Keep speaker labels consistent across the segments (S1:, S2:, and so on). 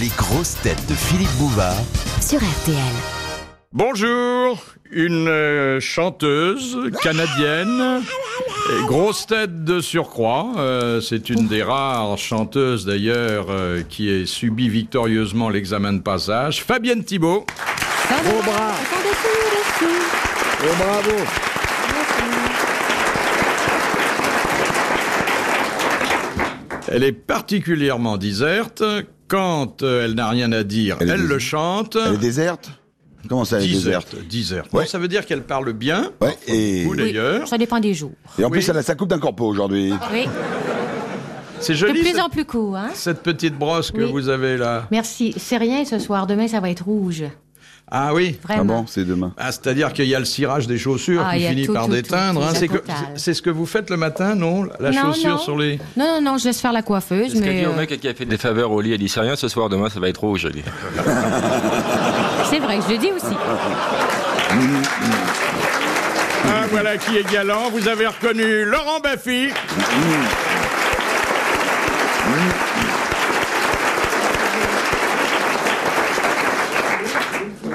S1: Les grosses têtes de Philippe Bouvard
S2: sur RTL.
S3: Bonjour, une euh, chanteuse canadienne, et grosse tête de surcroît, euh, c'est une des rares chanteuses d'ailleurs euh, qui ait subi victorieusement l'examen de passage, Fabienne Thibault.
S2: Au bras.
S3: Elle est particulièrement déserte, quand euh, elle n'a rien à dire, elle,
S4: Elle est
S3: le
S4: dés-
S3: chante.
S4: Elle est déserte Comment ça, elle est déserte
S3: Déserte, déserte.
S4: Euh, Ouais.
S3: Non, Ça veut dire qu'elle parle bien,
S4: Ouais, et,
S3: ou d'ailleurs.
S2: Ça dépend des jours.
S4: et en plus,
S3: Oui.
S4: elle a sa coupe d'un corpo aujourd'hui.
S2: Oui,
S3: C'est
S2: de
S3: joli
S2: plus
S3: cette,
S2: en plus court. Hein
S3: cette petite brosse que
S2: Oui.
S3: vous avez là.
S2: Merci. C'est rien ce soir. Demain, ça va être rouge.
S3: Ah oui.
S4: Ah
S2: Vraiment.
S4: bon, c'est demain.
S3: Ah, c'est-à-dire qu'il y a le cirage des chaussures
S2: Ah,
S3: qui
S2: il y a
S3: finit
S2: tout,
S3: par
S2: tout,
S3: déteindre.
S2: tout,
S3: hein.
S2: tout,
S3: C'est
S2: la
S3: que-
S2: totale.
S3: c'est ce que vous faites le matin, non La
S2: Non,
S3: chaussure
S2: non.
S3: sur les.
S2: Non, non, non, je laisse faire la coiffeuse.
S5: C'est ce qu'a
S2: mais
S5: dit au
S2: euh,
S5: mec qui a fait des faveurs au lit. Elle dit c'est rien ce soir, demain ça va être rouge. Elle dit.
S2: c'est vrai, je le dis aussi.
S3: Ah, voilà qui est galant. Vous avez reconnu Laurent Baffy.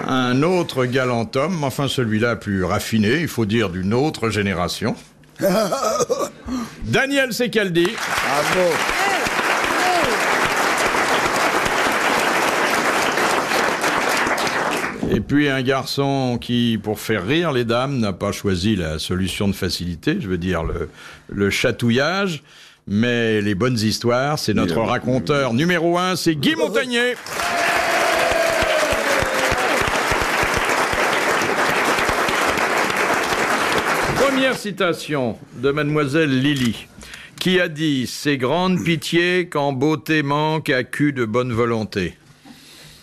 S3: Un autre galant homme, mais enfin celui-là plus raffiné, il faut dire d'une autre génération. Daniel Secaldi.
S4: Bravo
S3: Et puis un garçon qui, pour faire rire les dames, n'a pas choisi la solution de facilité, je veux dire le, le chatouillage, mais les bonnes histoires, c'est notre
S4: Oui, oui.
S3: raconteur numéro un, c'est Guy Montagnier. Première citation de mademoiselle Lily, qui a dit « C'est grande pitié quand beauté manque à cul de bonne volonté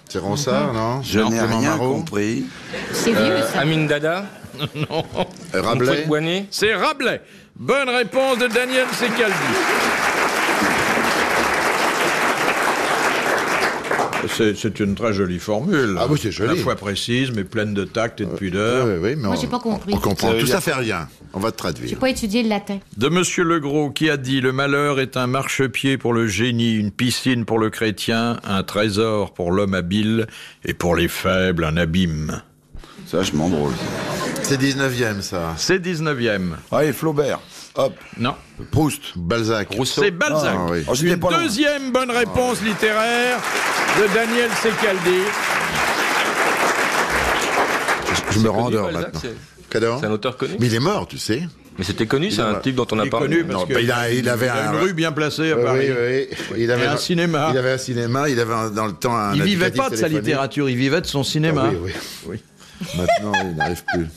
S6: C'est Ronsard, non
S4: Je n'ai
S6: Clément
S4: rien
S6: Marot
S4: compris.
S2: C'est vieux, ça.
S5: Amine Dada, ».
S6: Euh,
S5: mon
S6: Rabelais
S5: poignet.
S3: C'est Rabelais. Bonne réponse de Daniel Secaldi. C'est, c'est une très jolie formule.
S6: Ah oui, c'est joli.
S3: À la fois précise, mais pleine de tact et de pudeur.
S6: Oui, oui, mais
S2: Moi,
S6: on-
S2: j'ai pas compris.
S6: On comprend.
S4: Ça veut
S6: Tout
S4: dire-
S6: ça fait rien. On va te
S2: J'ai
S6: traduire.
S2: pas étudié le latin.
S3: De Monsieur Legros qui a dit « Le malheur est un marchepied pour le génie, une piscine pour le chrétien, un trésor pour l'homme habile, et pour les faibles, un abîme.
S4: C'est vachement drôle. ça.
S6: C'est 19e, ça. ».
S3: C'est 19e.
S4: Allez, Flaubert. Hop.
S3: Non,
S6: Proust. Balzac.
S5: Rousseau.
S3: c'est Balzac.
S6: Ah, oui.
S4: Oh, j'étais
S3: Une
S4: pas loin.
S3: deuxième bonne réponse littéraire de Daniel Secaldi.
S6: Je me
S5: connu,
S6: rendors
S5: Balzac,
S6: maintenant.
S5: c'est-
S6: Cador
S5: C'est un auteur connu.
S6: Mais il est mort, tu sais.
S5: Mais c'était connu, c'est un
S6: est-
S5: type dont on
S3: Il
S5: a
S3: est
S5: parlé.
S3: connu parce
S6: Non,
S3: que
S6: bah, il a- il avait
S5: Ah,
S3: a une
S6: un-
S3: rue bien placée à
S6: Oui,
S3: Paris.
S6: oui, oui. Il avait
S3: un cinéma.
S6: Il avait un cinéma. Il avait un- dans le temps un.
S3: Il vivait
S6: indicatif
S3: pas de sa
S6: téléphonique.
S3: littérature, il vivait de son cinéma.
S6: Ah oui, oui. Maintenant, il n'arrive plus.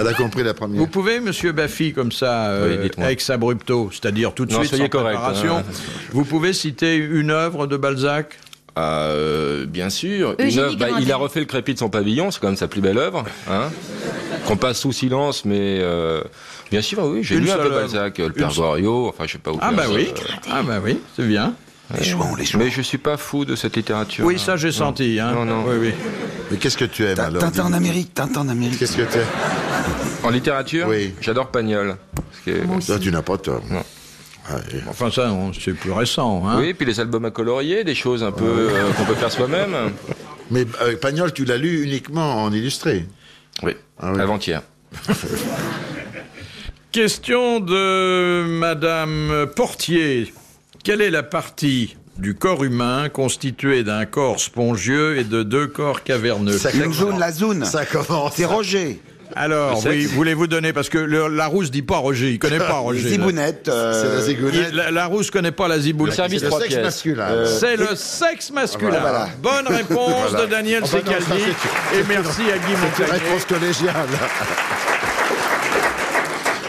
S6: Elle a compris la première.
S3: Vous pouvez, Monsieur Baffy, comme ça,
S5: Oui,
S3: euh,
S5: dites-moi.
S3: ex abrupto, c'est-à-dire tout de
S5: Non,
S3: suite
S5: soyez
S3: sans
S5: correct,
S3: préparation,
S5: hein.
S3: vous pouvez citer une œuvre de Balzac
S5: Ah, euh, bien sûr. Une
S2: Eugénie
S5: œuvre- bah,
S2: Grandet.
S5: il a refait le crépi de son pavillon, c'est quand même sa plus belle œuvre, hein, qu'on passe sous silence, mais euh, bien sûr, oui, j'ai
S3: Une
S5: lu un peu
S3: seule œuvre.
S5: Balzac, euh, le
S3: Une
S5: Père
S3: seule.
S5: Goriot, enfin je sais pas où.
S3: Ah
S5: faire
S3: bah
S5: ça,
S3: oui,
S5: euh,
S3: ah bah oui, c'est bien.
S4: Les jouons, les jouons.
S5: mais je suis pas fou de cette littérature.
S3: Oui, ça j'ai
S5: Non.
S3: senti. Hein.
S5: Non, non.
S3: Oui, oui.
S6: Mais qu'est-ce que tu aimes
S4: Ta-
S6: alors
S4: Tintin en
S6: dis-nous.
S4: Amérique, Tintin en Amérique.
S6: Qu'est-ce que tu aimes
S5: En littérature,
S6: Oui.
S5: j'adore Pagnol. parce que-
S2: Moi aussi.
S6: Toi, Tu n'as pas tort.
S5: Non.
S6: Ouais.
S3: Enfin ça, on- c'est plus récent. Hein.
S5: Oui, puis les albums à colorier, des choses un peu euh, qu'on peut faire soi-même.
S6: Mais euh, Pagnol, tu l'as lu uniquement en illustré.
S5: Oui,
S6: Ah oui.
S5: avant-hier.
S3: Question de Madame Portier. Quelle est la partie du corps humain constituée d'un corps spongieux et de deux corps caverneux
S6: Ça
S4: Une zone, la zone.
S6: Ça commence.
S4: C'est Roger.
S3: Alors,
S5: Le
S3: oui,
S5: sexe.
S3: voulez-vous donner Parce que le- la rousse dit pas Roger, il connaît pas Roger. là.
S4: Zibounette. euh,
S6: C'est la zigounette.
S3: Il- la, la rousse connaît pas la ziboule.
S5: Le service
S6: Le
S5: trois
S6: sexe
S5: pièces.
S6: masculin.
S3: C'est le sexe masculin.
S4: Voilà.
S3: Bonne réponse
S6: Voilà.
S3: de Daniel
S6: Enfin, non,
S3: Secaldi.
S6: ça, c'est-
S3: et merci à Guy
S6: C'est une
S3: Montagnier.
S6: réponse collégiale.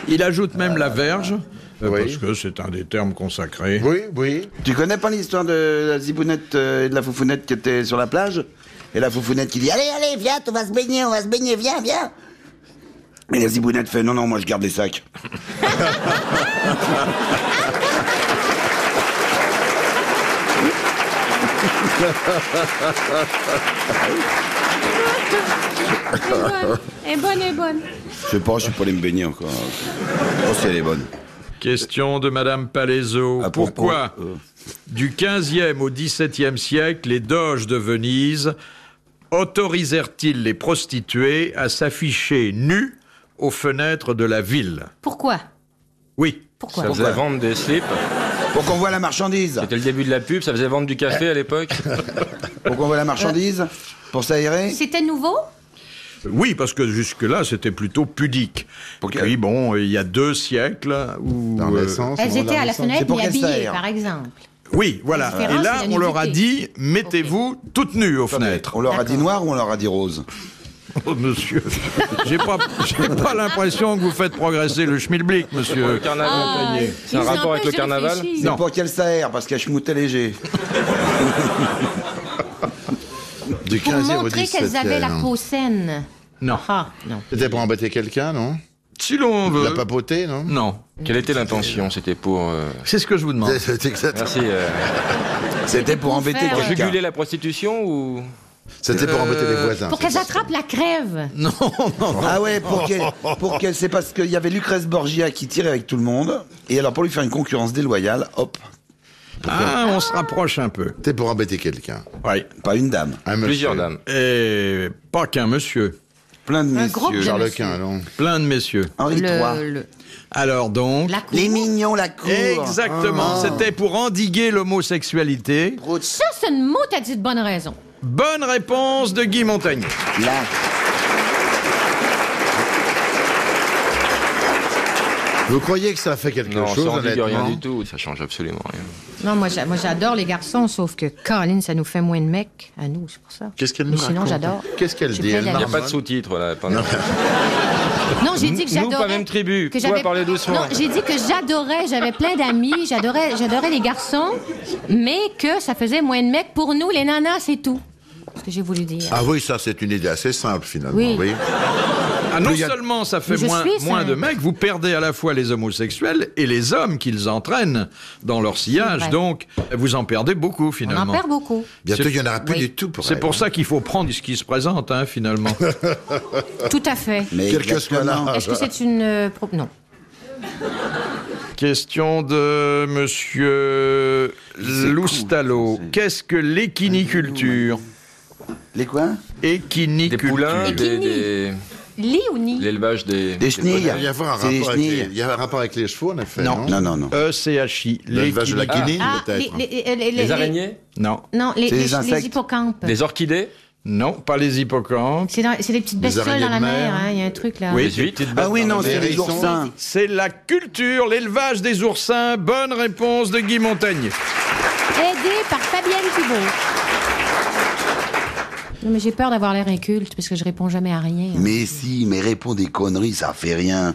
S3: Il ajoute même la verge, euh,
S6: Oui.
S3: parce que c'est un des termes consacrés.
S6: Oui, oui.
S4: Tu connais pas l'histoire de la zibounette euh, et de la foufounette qui étaient sur la plage Et la foufounette qui dit Allez, allez, viens, on va se baigner, on va se baigner, viens, viens Et la zibounette fait Non, non, moi je garde les sacs.
S2: Elle est bonne, elle est bonne.
S4: Je sais pas, je suis pas allé me baigner encore. Je pense qu'elle est bonne.
S3: Question de Madame Palaiseau.
S6: Ah,
S4: À propos,
S3: Pourquoi,
S4: euh.
S3: du 15e au 17e siècle, les doges de Venise autorisèrent-ils les prostituées à s'afficher nues aux fenêtres de la ville
S2: Pourquoi
S3: Oui.
S2: Pourquoi
S5: Ça faisait
S4: Pourquoi
S5: vendre des slips.
S4: Pour qu'on voit la marchandise.
S5: C'était le début de la pub, ça faisait vendre du café à l'époque.
S4: Pour qu'on voit la marchandise. Pour s'aérer.
S2: C'était nouveau
S3: Oui, parce que jusque-là, c'était plutôt pudique.
S4: Pourquoi
S3: Puis bon, il y a deux siècles où...
S6: Dans
S3: euh,
S6: le sens,
S2: Elles
S6: on
S2: étaient à
S6: l'avait
S2: la
S6: senti.
S4: C'est
S2: fenêtre
S4: pour
S2: mais
S4: qu'elles
S2: habillées,
S4: s'aèrent.
S2: par exemple.
S3: Oui, voilà.
S2: La différence,
S3: Et là,
S2: c'est la
S3: on leur a
S2: nudité.
S3: dit, mettez-vous toutes nues aux fenêtres.
S4: On leur a dit noir ou on leur a dit rose
S3: Oh, monsieur, j'ai pas, j'ai pas l'impression que vous faites progresser le schmilblick,
S5: Le
S3: monsieur.
S5: carnaval montagnais. C'est un
S2: ils ont
S5: rapport
S2: peu,
S5: avec le
S2: je
S5: carnaval
S2: réfléchis.
S4: C'est
S3: Non.
S4: pour qu'elle s'aère, parce qu'elle schmoutait léger.
S6: du
S2: Pour
S6: 15e au
S2: montrer
S6: 17e.
S2: qu'elles avaient la peau saine.
S3: Non.
S2: Ah, non.
S6: C'était pour embêter quelqu'un, non
S3: Si l'on veut.
S6: La papauté, non
S3: Euh, Non.
S5: Quelle était l'intention C'était pour. euh,
S3: C'est ce que je vous demande.
S6: C'est exactement-
S5: Merci. euh,
S4: C'était pour
S2: pour
S4: embêter
S2: faire-
S4: quelqu'un.
S5: Juguler la prostitution ou.
S6: C'était pour embêter les voisins.
S2: Pour
S6: c'est
S2: qu'elles
S6: ça.
S2: attrapent la crève.
S3: Non, non.
S4: Ah ouais, pour qu'elle, pour qu'elle, c'est parce qu'il y avait Lucrèce Borgia qui tirait avec tout le monde. Et alors, pour lui faire une concurrence déloyale, hop,
S3: Ah, on se rapproche un peu.
S6: C'était pour embêter quelqu'un.
S3: Oui.
S4: pas une dame,
S6: Un monsieur.
S5: Plusieurs dames.
S3: Et pas qu'un monsieur.
S4: plein de
S2: Un groupe
S4: messieurs.
S2: de-
S6: Charlequin, non
S3: Plein de messieurs.
S4: Henri III.
S2: Le, le-
S3: Alors donc.
S2: la cour.
S4: Les mignons, la cour.
S3: Exactement. C'était pour endiguer l'homosexualité.
S2: Ça, c'est une mot, t'as dit de bonne raison.
S3: Bonne réponse de Guy Montagnier.
S4: La-
S6: Vous croyez que ça a fait quelque
S5: Non,
S6: chose,
S5: ça en dit rien
S6: honnêtement
S5: du tout. Ça change absolument rien.
S2: Non, moi, j'a- moi, j'adore les garçons, sauf que Caroline, ça nous fait moins de mecs à nous, c'est pour ça.
S6: Qu'est-ce qu'elle
S2: Mais
S6: nous
S2: sinon,
S6: raconte
S2: j'adore.
S6: Qu'est-ce qu'elle
S2: J'ai
S6: dit
S2: plein
S6: Elle
S2: d'amis.
S5: Il n'y a
S6: Ah,
S5: pas
S6: bon.
S5: de sous-titres là. pendant-
S2: Non, j'ai dit que
S5: Nous,
S2: j'adorais.
S5: pas même tribu.
S2: que
S5: Toi,
S2: j'avais-
S5: parlez doucement.
S2: Non, j'ai dit que j'adorais, j'avais plein d'amis, j'adorais, j'adorais les garçons, mais que ça faisait moins de mecs pour nous, les nanas, c'est tout. Ce que j'ai voulu dire.
S6: Ah oui, ça, c'est une idée assez simple, finalement.
S2: Oui.
S6: oui.
S3: Ah, non
S6: Plus il y a-
S3: seulement ça fait
S2: Mais je
S3: moins,
S2: suis, ça.
S3: moins de mecs, vous perdez à la fois les homosexuels et les hommes qu'ils entraînent dans leur sillage.
S2: vrai.
S3: Donc, vous en perdez beaucoup
S2: On en
S3: finalement.
S2: perd beaucoup.
S6: Bientôt,
S3: C'est-
S6: il n'y en aura plus
S2: Oui.
S6: du tout pour
S3: C'est
S6: elle.
S3: pour ça qu'il faut prendre ce qui se présente, hein, finalement.
S2: Tout à fait.
S4: Mais
S6: Quel que soit
S4: exactement.
S6: l'âge.
S2: Est-ce que c'est une. euh, pro- Non.
S3: Question de Monsieur Loustalo. Qu'est-ce que l'équiniculture
S4: Les quoi
S5: Des poulains,
S3: Équiniculture.
S5: des- des-
S2: Lit ou ni
S5: l'élevage des.
S4: Des chenilles.
S6: Il y a un rapport,
S4: C'est des
S6: avec les,
S4: chenilles.
S6: il y a un rapport avec les chevaux, en effet. Non, Euh,
S4: Non, non, non.
S3: E E-C-H-I.
S6: L'élevage de la
S3: l'équini-
S6: guinée,
S2: Ah, les,
S6: peut-être.
S2: les- les-
S5: Des
S2: les- les-
S5: araignées
S3: Non,
S2: Non, les,
S4: C'est des
S2: les- les
S4: insectes.
S2: hippocampes.
S5: Des orchidées
S3: non, pas les hippocampes.
S2: C'est, dans- c'est des petites
S6: Des
S2: bestioles
S6: araignées
S2: dans la
S6: de
S2: mer,
S6: mer.
S2: hein, il y a un truc là.
S5: Des
S3: Oui,
S5: huîtres
S4: Ah oui, non,
S6: Des
S4: c'est les
S6: hérissons.
S4: oursins.
S3: C'est la culture, l'élevage des oursins. Bonne réponse de Guy Montagnier.
S2: Aidé par Fabienne Thibault. Non, mais j'ai peur d'avoir l'air inculte parce que je réponds jamais à rien.
S4: Mais si, mais réponds des conneries, ça fait rien.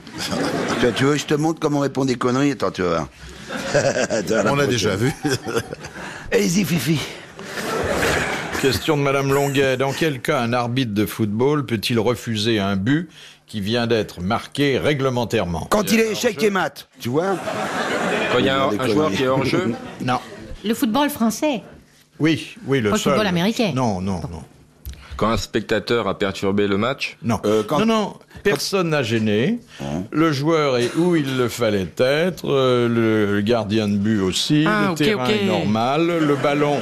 S4: tu, tu veux que je te montre comment répondre des conneries Attends, tu vas voir.
S6: On l'a déjà vu.
S4: Easy Fifi.
S3: Question de Madame Longuet. Dans quel cas un arbitre de football peut-il refuser un but qui vient d'être marqué réglementairement
S4: Quand il est échec et mat, tu vois
S5: Quand il y a un,
S4: Des
S5: un joueur
S4: conneries.
S5: qui est hors jeu,
S3: Non.
S2: Le football français.
S3: Oui, oui, le
S2: Pas le
S3: seul.
S2: football américain.
S3: Non, non, non.
S5: quand un spectateur a perturbé le match,
S3: Non,
S4: Euh, quand- Hein?
S3: non, non, personne n'a gêné. Le joueur est où il le fallait être, euh, le gardien de but aussi,
S2: Ah,
S3: le
S2: ok,
S3: terrain
S2: ok.
S3: est normal, le ballon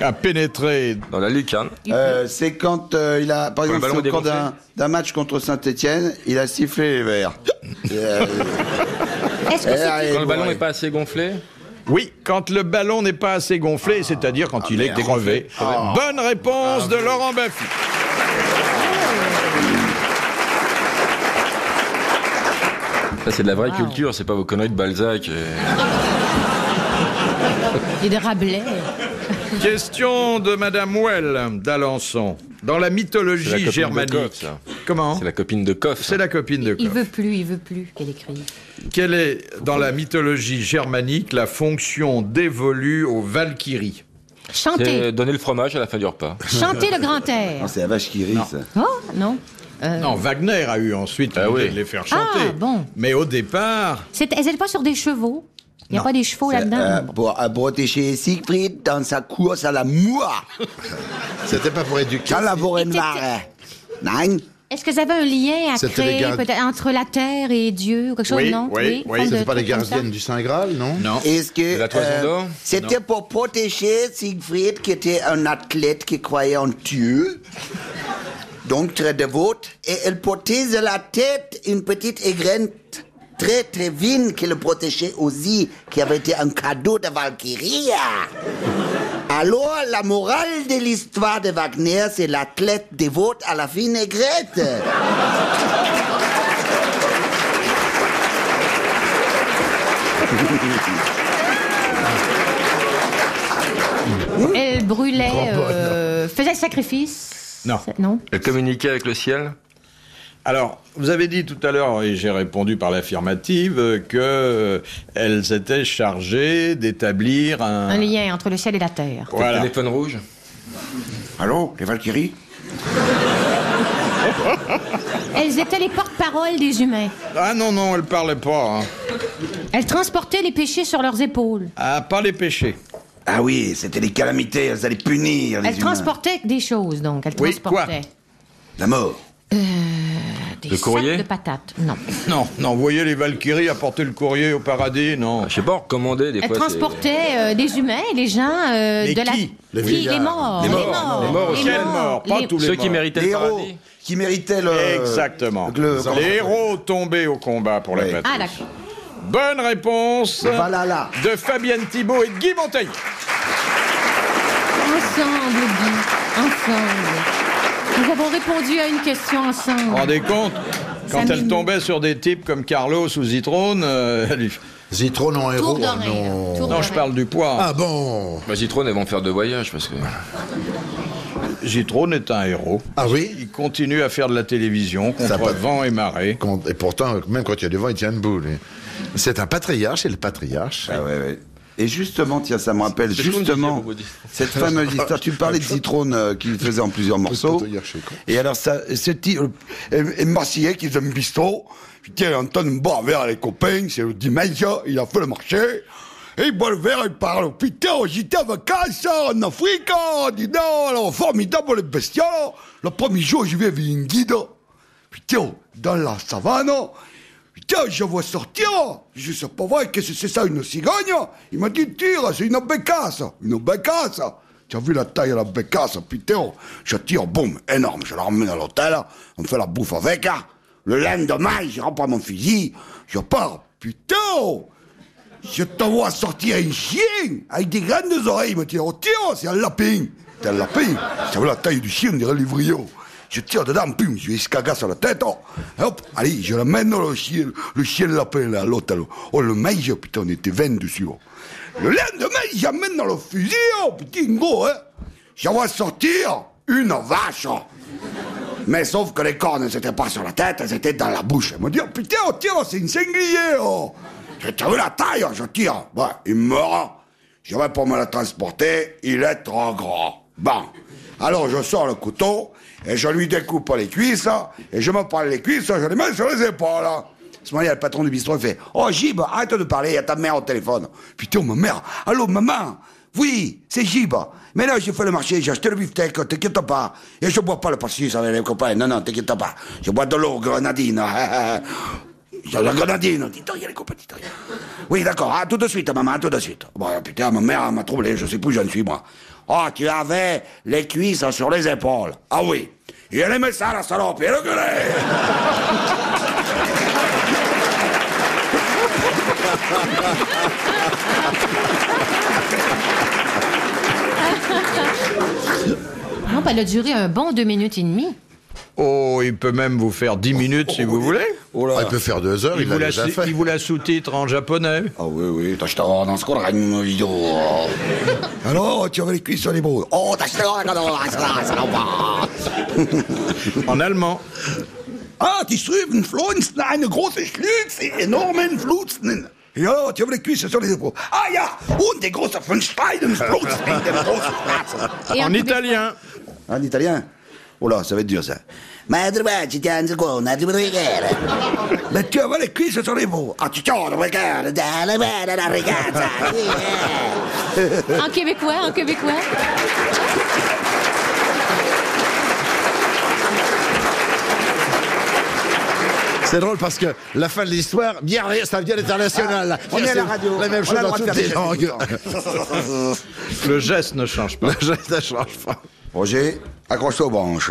S3: a pénétré.
S5: dans la lucarne,
S4: Euh, C'est quand euh, il a, par
S5: Quand le
S4: exemple,
S5: ballon
S4: c'est au
S5: est
S4: cours
S5: dégonflé.
S4: d'un d'un match contre Saint-Etienne, il a sifflé les verts. Et, euh,
S2: Est-ce que
S4: eh,
S2: c'est
S4: allez,
S5: quand le ballon
S4: bourré.
S5: n'est pas assez gonflé,
S3: Oui, quand le ballon n'est pas assez gonflé,
S5: Ah.
S3: c'est-à-dire quand il est crevé. Bonne réponse de Laurent Baffy.
S5: ça c'est de la vraie
S2: Wow.
S5: culture, c'est pas vos conneries de Balzac. euh.
S2: et de Rabelais
S3: Question de Madame Well d'Alençon. Dans la
S5: C'est la
S3: mythologie
S5: copine de
S3: germanique.
S5: Goethe, ça.
S3: Comment
S5: C'est la copine de Koff.
S3: C'est la copine de
S2: Il
S3: Koch.
S2: veut plus, il veut plus qu'elle écrive.
S3: Quelle est, dans la mythologie germanique, la fonction dévolue aux Valkyries
S5: C'est
S2: Chanter,
S5: donner le fromage à la fin du repas.
S2: chanter le grand air.
S4: Non, c'est la vache qui rit, ça.
S2: Oh non. Euh,
S3: Non, Wagner a eu ensuite l'idée
S5: Ah oui.
S3: de les faire chanter.
S2: Ah, bon.
S3: Mais au départ,
S2: c'est- elles n'étaient pas sur des chevaux. Il n'y a
S3: Non.
S2: pas des chevaux là-dedans.
S4: Euh,
S2: Bon.
S4: pour euh, protéger Siegfried dans sa course à la moua,
S6: C'était pas pour éduquer.
S4: dans la forêt de
S2: Et t'étais-
S4: marais. Nein
S2: Est-ce que ça avait un lien à
S6: C'était
S2: créer
S6: les gar-
S2: peut-être entre la Terre et Dieu ou quelque chose,
S3: Oui,
S2: non?
S3: oui, oui.
S2: forme
S6: Ça,
S2: de
S6: c'est pas les
S2: Ah, truc comme ça.
S6: gardiennes du Saint Graal, non
S3: Non.
S4: Est-ce que euh,
S5: La Toison d'Or
S4: c'était pour protéger Siegfried, qui était un athlète qui croyait en Dieu, donc très dévote, et elle portait sur la tête une petite aigrette très très fine qui le protégeait aussi, qui avait été un cadeau de Valkyrie. Alors, la morale de l'histoire de Wagner, c'est l'athlète dévote à la fine aigrette.
S2: Elle brûlait, euh, faisait sacrifice.
S3: Non.
S2: C'est- Non.
S5: Elle communiquait avec le ciel
S3: Alors, vous avez dit tout à l'heure, et j'ai répondu par l'affirmative, euh, que euh, elles étaient chargées d'établir un...
S2: Un lien entre le ciel et la terre.
S5: Le
S3: Voilà.
S5: Téléphone rouge
S4: Allô, les Valkyries
S2: Elles étaient les porte-paroles des humains.
S3: Ah non, non, elles parlaient pas. hein.
S2: Elles transportaient les péchés sur leurs épaules.
S3: Ah, pas les péchés.
S4: Ah oui, c'était les calamités, elles allaient punir les
S2: Elles
S4: humains.
S2: transportaient des choses, donc. Elles
S3: Oui,
S2: transportaient
S4: La mort.
S2: des
S5: Le courrier
S2: sacs de patates. Non.
S3: Non, non, vous voyez les Valkyries apporter le courrier au paradis,
S4: Ah,
S3: non.
S5: Je sais pas, on recommandait des
S2: Elles
S5: fois. c'est-
S2: transportaient euh, des humains, les gens euh,
S3: Mais
S2: de la...
S3: qui
S6: Les
S2: Qui?
S6: vieillards.
S2: les morts.
S5: Les morts, non, les morts aussi.
S3: Quels morts Pas
S2: Les-
S3: tous les
S5: Ceux
S3: morts.
S5: qui méritaient
S4: Les
S5: le
S4: héros
S5: paradis.
S4: qui méritaient le.
S3: Exactement.
S4: le-
S3: les héros tombés au combat pour
S4: Oui.
S3: la patrie.
S2: Ah, d'accord.
S3: Bonne réponse
S4: Eh, Voilà, là.
S3: de Fabienne Thibault et de Guy Monteil.
S2: Ensemble, Guy. Ensemble. Nous avons répondu à une question
S3: Vous vous
S2: ensemble.
S3: rendez compte Quand
S2: Ça
S3: elle
S2: m'émeut.
S3: tombait sur des types comme Carlos ou Zitrone, euh, elle lui-
S6: Zitron en héros, Ah,
S2: d'oreille,
S6: non.
S2: tour
S3: non, je parle du poids.
S6: Ah bon
S5: Bah, Zitrone, elles vont faire de voyage parce que.
S3: Zitrone est un héros.
S6: Ah oui
S3: Il continue à faire de la télévision
S6: Ça
S3: contre
S6: peut-
S3: vent et marée.
S6: Quand- Et pourtant, même quand il y a du vent, il tient debout. lui. C'est un patriarche, et le patriarche.
S4: Ah ouais, ouais. Et justement, tiens, ça me rappelle
S5: C'est ce qu'on
S4: justement
S5: disait, Bobo dit.
S4: cette fameuse histoire. Tu parlais de Zitrone euh, qu'il faisait en plusieurs morceaux.
S6: patriarche, quoi.
S4: Et alors, ça, c'est euh, un Marseillais qui faisait un bistrot. Tiens, on donne un bon verre avec les copains. C'est le dimanche, il a fait le marché. Et il boit le verre, il parle. Putain, j'étais en vacances en Afrique. oh, Dis donc, alors, formidable les bestioles. Le premier jour, je vais avec une guide. Putain, dans la savane. Putain, je vois sortir Je sais pas vrai, qu'est-ce que c'est ça, une cigogne Il m'a dit, tire, c'est une bécasse Une bécasse Tu as vu la taille de la bécasse, putain Je tire, boum, énorme, je la ramène à l'hôtel, on fait la bouffe avec. hein. Le lendemain, je reprends mon fusil, je pars, putain Je te vois sortir un chien avec des grandes oreilles, il me tire, oh, tire, c'est un lapin C'est un lapin, tu as vu la taille du chien, on dirait l'ivrio je tire dedans, pum, je lui escagasse sur la tête, oh. hop, allez, je l'amène le chien, le chien l'appelle à l'hôtel. Oh, le mange, putain, on était 20 dessus, oh. Le lendemain, j'amène dans le fusil, oh, petit gros, hein. J'en vois sortir une vache, oh. Mais sauf que les cornes, c'était pas sur la tête, elles étaient dans la bouche. Elles me dit, oh, putain, on tire, c'est une cinglier, oh. Je tire la taille, oh, je tire. Ouais, il meurt. Je vais pour me la transporter, il est trop grand. Bon. Alors, je sors le couteau, et je lui découpe les cuisses, et je me prends les cuisses, je les mets sur les épaules. À ce moment-là, il y a le patron du bistrot qui fait Oh, Gib, arrête de parler, il y a ta mère au téléphone. Putain, ma mère Allô, maman Oui, c'est Gib. Mais là, j'ai fait le marché, j'ai acheté le beefsteak, t'inquiète pas. Et je bois pas le pastis avec les copains, non, non, t'inquiète pas. Je bois de l'eau, grenadine. J'ai la grenadine. Dis donc, il y a les copains, dis donc. Oui, d'accord, ah, tout de suite, maman, tout de suite. Bon, putain, ma mère elle m'a troublé, je sais plus où j'en suis, moi. Oh, tu avais les cuisses sur les épaules. Ah oui. Et elle aimait ça, la salope, et le gueulet
S2: Non, ben, elle a duré un bon deux minutes et demie.
S3: Oh, il peut même vous faire 10 minutes si vous voulez.
S6: Ah, il peut faire deux heures, il,
S3: Il vous,
S6: l'a
S3: la
S6: déjà
S3: sou-
S6: fait.
S3: il vous la sous-titre en japonais.
S4: Ah oui, oui, t'as acheté dans ce qu'on a une vidéo. Alors, tu avais les cuisses sur les bouts. Oh, t'as acheté
S3: En allemand.
S4: Ah, die Schriven flunzen, eine große Schlütze, enormen Flutzen. Ja, die haben die Küche sur les épaules. Ah ja, und die große von Steinen Flutzen in der großen Straße.
S2: Et
S3: En
S2: Québec-
S3: italien.
S4: En italien Oh là, ça va être dur ça. Ma ci tianzi con, a Ma tu avais les cuisses sur les épaules. Ah, tu tiens, regarde, la belle, la ragazza.
S2: En québécois, en québécois.
S6: C'est drôle parce que la fin de l'histoire, bien, ça vient l'international.
S7: on est à la radio.
S6: Ah, La même
S7: On
S6: chose
S7: a le
S6: dans
S7: droit de
S6: toutes les
S7: faire des
S6: langues.
S3: Le geste ne change pas.
S6: Ça change pas.
S7: Roger, accroche-toi aux branches.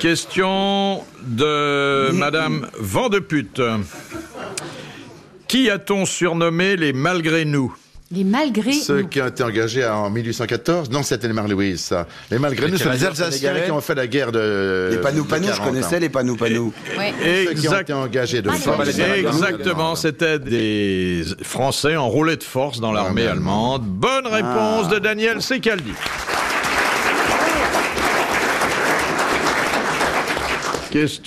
S3: Question de Madame Vandepute. Qui a-t-on surnommé les malgré nous
S2: Les malgré.
S6: Ceux
S2: nous.
S6: qui ont été engagés en 1814, non, c'était les Marlouis, ça. Les malgré nous, c'est les
S5: canadiens
S6: Alsaciens
S5: sénégalais.
S6: qui ont fait la guerre de.
S7: Les panneaux
S6: de
S7: panneaux, je
S6: 40 ans.
S7: connaissais les panneaux panneaux.
S2: Ouais.
S6: Ceux qui ont
S3: Exact-
S6: été engagés de
S2: Allez,
S6: force.
S2: allez, allez.
S3: Exactement, c'était des Français enrôlés de force dans l'armée allemande. Bonne réponse de Daniel Secaldi.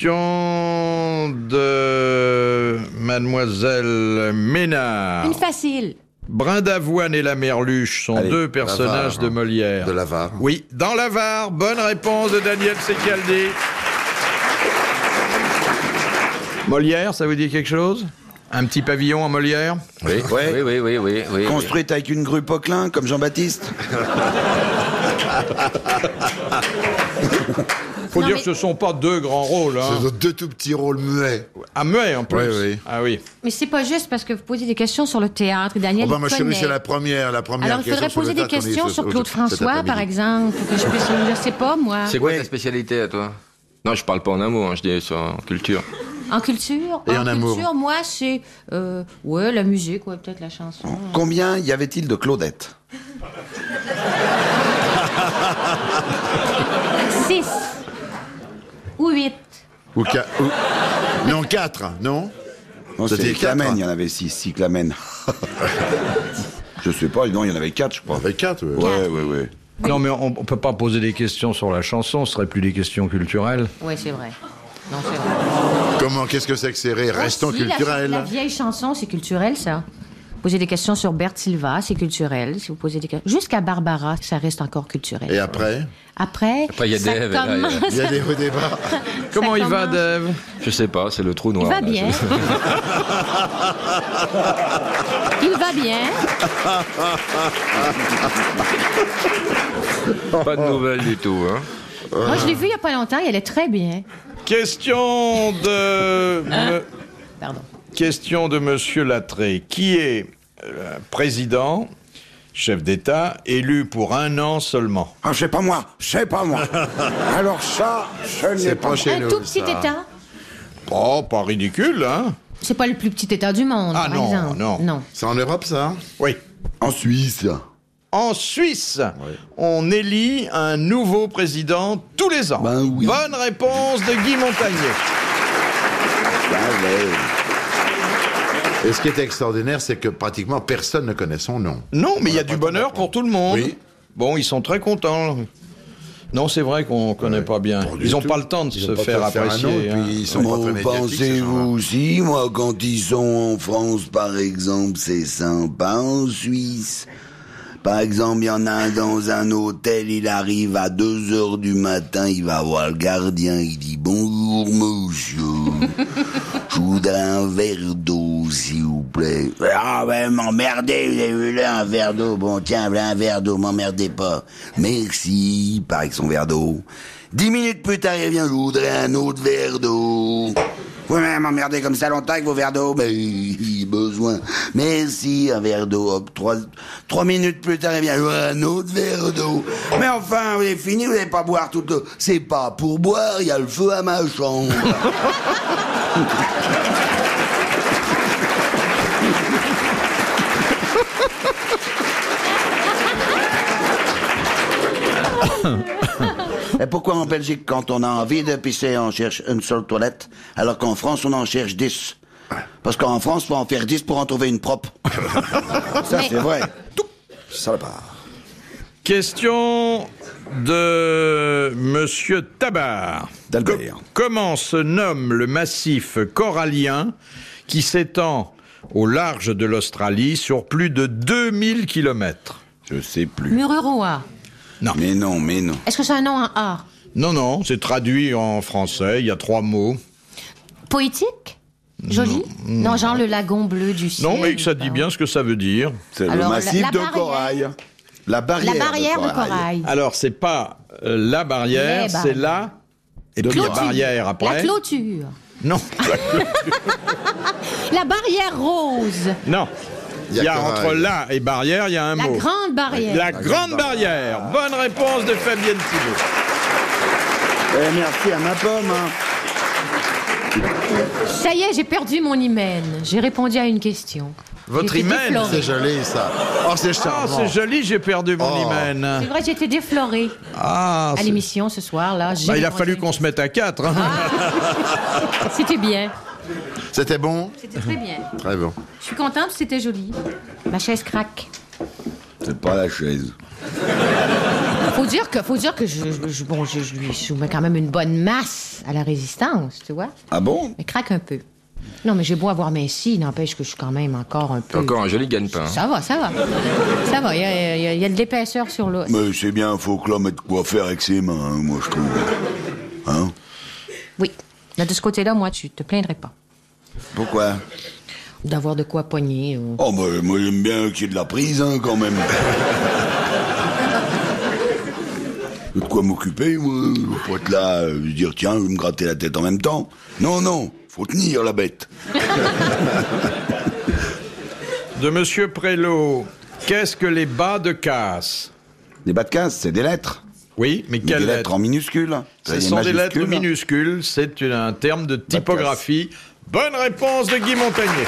S3: Question de Mademoiselle Ménard.
S2: Une facile.
S3: Brindavoine et la Merluche sont
S6: Allez,
S3: deux personnages
S6: Lavare,
S3: de
S6: hein.
S3: Molière.
S6: De l'avare.
S3: Oui, dans l'avare. Bonne réponse de Daniel Secaldi. Molière, ça vous dit quelque chose Un petit pavillon en Molière
S5: Oui, oui, oui, oui, oui, oui.
S7: Construite avec une grue Poquelin, comme Jean-Baptiste.
S3: Faut
S2: Non,
S3: dire
S2: mais-
S3: que ce sont pas deux grands rôles. Hein.
S6: Deux, deux tout petits rôles muets.
S3: À muet en plus.
S6: Oui, oui.
S3: Ah oui.
S2: Mais c'est pas juste parce que vous posez des questions sur le théâtre. et Daniel,
S6: Oh, bah,
S2: il
S6: ma
S2: connaît.
S6: chérie, c'est la première, la première.
S2: Alors, il faudrait
S6: question
S2: poser
S6: sur
S2: des
S6: le tas qu'on est
S2: questions
S6: ce-
S2: sur
S6: ce-
S2: Claude
S6: cet
S2: François,
S6: après-midi.
S2: par exemple, pour que je puisse je sais pas, moi.
S5: C'est quoi
S7: Oui.
S5: ta spécialité à toi Non, je parle pas en un mot, hein, je dis sur en culture.
S2: En culture,
S6: Et
S2: en,
S6: en amour.
S2: culture, moi, c'est euh, ouais, la musique, ouais, peut-être la chanson.
S7: Combien y avait-il de Claudette
S2: Six ou huit.
S6: Ou qua- ou- Non, quatre, non
S7: Non,
S6: Ça
S7: c'est
S6: dit quatre,
S7: Clamène,
S6: hein.
S7: il y en avait six, six Clamène. je sais pas, non, il y en avait quatre, je crois.
S6: Avec quatre, oui.
S7: Ouais, ouais, ouais.
S3: Non, mais on, on peut pas poser des questions sur la chanson. Ce serait plus des questions culturelles.
S2: Oui, c'est vrai. Non, c'est vrai.
S6: Comment, qu'est-ce que c'est que ces ré- Restons
S2: Aussi, la-
S6: culturels.
S2: La, vieille chanson, c'est culturel, ça. Poser des questions sur Bert Silva, c'est culturel. Si vous posez des questions. Jusqu'à Barbara, ça reste encore culturel.
S6: Et après
S2: Après,
S5: Après, il y a
S2: ça
S5: Dave, et là, il y a-
S2: commence.
S6: Il y a des hauts débats.
S3: Comment il va,
S2: commence.
S3: Dave
S5: Je sais pas, c'est le trou
S2: Il
S5: noir. là,
S2: va bien.
S5: je-
S2: il va bien.
S5: Pas
S3: Oh.
S5: de nouvelles du tout. Hein.
S2: Moi, je l'ai vu il n'y a pas longtemps, il allait très bien.
S3: Question de.
S2: Hein
S3: me-
S2: Pardon.
S3: Question de Monsieur Latré, qui est euh, président, chef d'État, élu pour un an seulement.
S4: Ah, c'est pas moi, c'est pas moi. Alors ça, ce n'est
S6: C'est
S4: pas
S6: pas chez
S2: Un
S6: nous,
S2: tout petit
S6: ça.
S2: État.
S3: Oh, pas ridicule, hein
S2: C'est pas le plus petit État du monde,
S3: Ah
S2: par
S3: non,
S2: exemple.
S3: non.
S6: C'est en Europe, ça
S3: Oui.
S7: En Suisse.
S3: En Suisse, on élit un nouveau président tous les ans.
S7: Ben oui.
S3: Bonne réponse de Guy Montagnier.
S7: Ah, ouais.
S6: Et ce qui est extraordinaire, c'est que pratiquement personne ne connaît son nom.
S3: Non, mais il y a du bonheur pour tout le monde.
S6: Oui.
S3: Bon, ils sont très contents. Non, c'est vrai qu'on connaît pas bien.
S6: du
S3: Ils n'ont
S6: tout.
S3: pas le temps de
S6: Ils
S3: se
S6: ont pas
S3: faire
S6: le temps de faire un nom,
S3: apprécier.
S6: et
S3: hein.
S6: puis ils sont pas très
S7: Mon
S6: médiatiques, ces gens-là.
S7: pensez-vous si, moi, quand ils sont en France, par exemple, c'est sympa en Suisse. Par exemple, il y en a un dans un hôtel, il arrive à 2 heures du matin, il va voir le gardien, il dit bonjour monsieur, je voudrais un verre d'eau s'il vous plaît. Ah ben m'emmerdez, vous avez vu là un verre d'eau, bon tiens, voilà un verre d'eau, m'emmerdez pas. Merci, il part avec son verre d'eau. Dix minutes plus tard, il revient, je voudrais un autre verre d'eau. Vous m'emmerdez comme ça longtemps avec vos verres d'eau Ben, il besoin. Merci, un verre d'eau. Hop, trois, trois minutes plus tard, il vient Ouais, un autre verre d'eau. Mais enfin, vous avez fini, vous n'allez pas boire toute l'eau. C'est pas pour boire, il y a le feu à ma chambre. Et pourquoi en Belgique, quand on a envie de pisser, on cherche une seule toilette, alors qu'en France, on en cherche dix Parce qu'en France, faut en faire dix pour en trouver une propre. Ça,
S2: Mais-
S7: c'est vrai. Tout. Ça part.
S3: Question de Monsieur Tabar.
S7: D'Albert.
S3: Co- comment se nomme le massif corallien qui s'étend au large de l'Australie sur plus de 2000 kilomètres
S7: Je sais plus.
S2: Mururoa.
S7: Mais non, mais non.
S2: Est-ce que c'est un nom en A?
S3: Non, non, c'est traduit en français, il y a trois mots.
S2: Poétique? Joli? Non, genre le lagon bleu du ciel.
S3: Hmm. Non, mais ça dit
S2: pardon.
S3: bien ce que ça veut dire.
S7: C'est le
S2: Alors, la-
S7: massif
S2: la
S7: de
S2: barrière-
S7: corail. La barrière,
S3: Ah,
S2: La barrière de corail.
S3: Alors, c'est pas euh, la barrière,
S2: Les
S3: c'est la Et de la
S2: clôture.
S3: barrière après.
S2: La clôture.
S3: Non,
S2: La barrière rose.
S3: non. Il y a,
S6: qu'un-
S3: entre là et barrière, il y a un
S2: La
S3: mot.
S2: grande barrière.
S3: La grande barrière. Bonne réponse de Fabienne Thibault.
S7: Eh, merci à ma pomme. hein.
S2: Ça y est, j'ai perdu mon hymen. J'ai répondu à une question.
S6: Votre
S2: J'étais
S6: hymen,
S2: déflorée.
S6: c'est joli ça. Oh, c'est
S3: Ah,
S6: charmant.
S3: c'est joli, j'ai perdu mon
S6: Oh.
S2: C'est
S3: hymen.
S2: vrai, j'étais déflorée
S3: Ah,
S2: à
S3: c'est-
S2: l'émission ce soir. là. J'ai
S3: Bah, il a
S2: répondu à
S3: fallu
S2: une
S3: qu'on se mette à quatre. hein.
S2: question. C'était bien.
S6: C'était bon
S2: C'était très bien.
S6: Très bon.
S2: Je suis contente, c'était joli. Ma chaise craque.
S7: C'est pas la chaise.
S2: Faut dire que, faut dire que je, je- je- bon, je, je lui soumets quand même une bonne masse à la résistance, tu vois.
S7: Ah bon
S2: Mais craque un peu. Non, mais j'ai beau avoir Messi, il n'empêche que je suis quand même encore un
S3: Mmh.
S2: peu.
S5: Encore un joli gagne-pain. hein.
S2: Ça va, ça va. Ça va, il y a, il y a- il y a de l'épaisseur sur l'os.
S7: Mais c'est bien, faut que l'homme ait de quoi faire avec ses mains, hein, moi je trouve. Hein
S2: Oui. Là, de ce côté-là, moi, tu te plaindrais pas.
S7: Pourquoi
S2: D'avoir de quoi pogner. ou-
S7: Oh, bah, moi j'aime bien qu'il y ait de la prise, hein, quand même. J'ai de quoi m'occuper, moi. Faut être là, euh, dire tiens, je vais me gratter la tête en même temps. Non, non, faut tenir la bête.
S3: De Monsieur Prélo, qu'est-ce que les bas de casse
S7: Des bas de casse, c'est des lettres.
S3: Oui, mais
S7: Mais
S3: quelles
S7: des lettres,
S3: lettres
S7: en minuscules.
S3: Ce sont des lettres minuscules, c'est une- un terme de typographie. Bonne réponse de Guy Montagnier.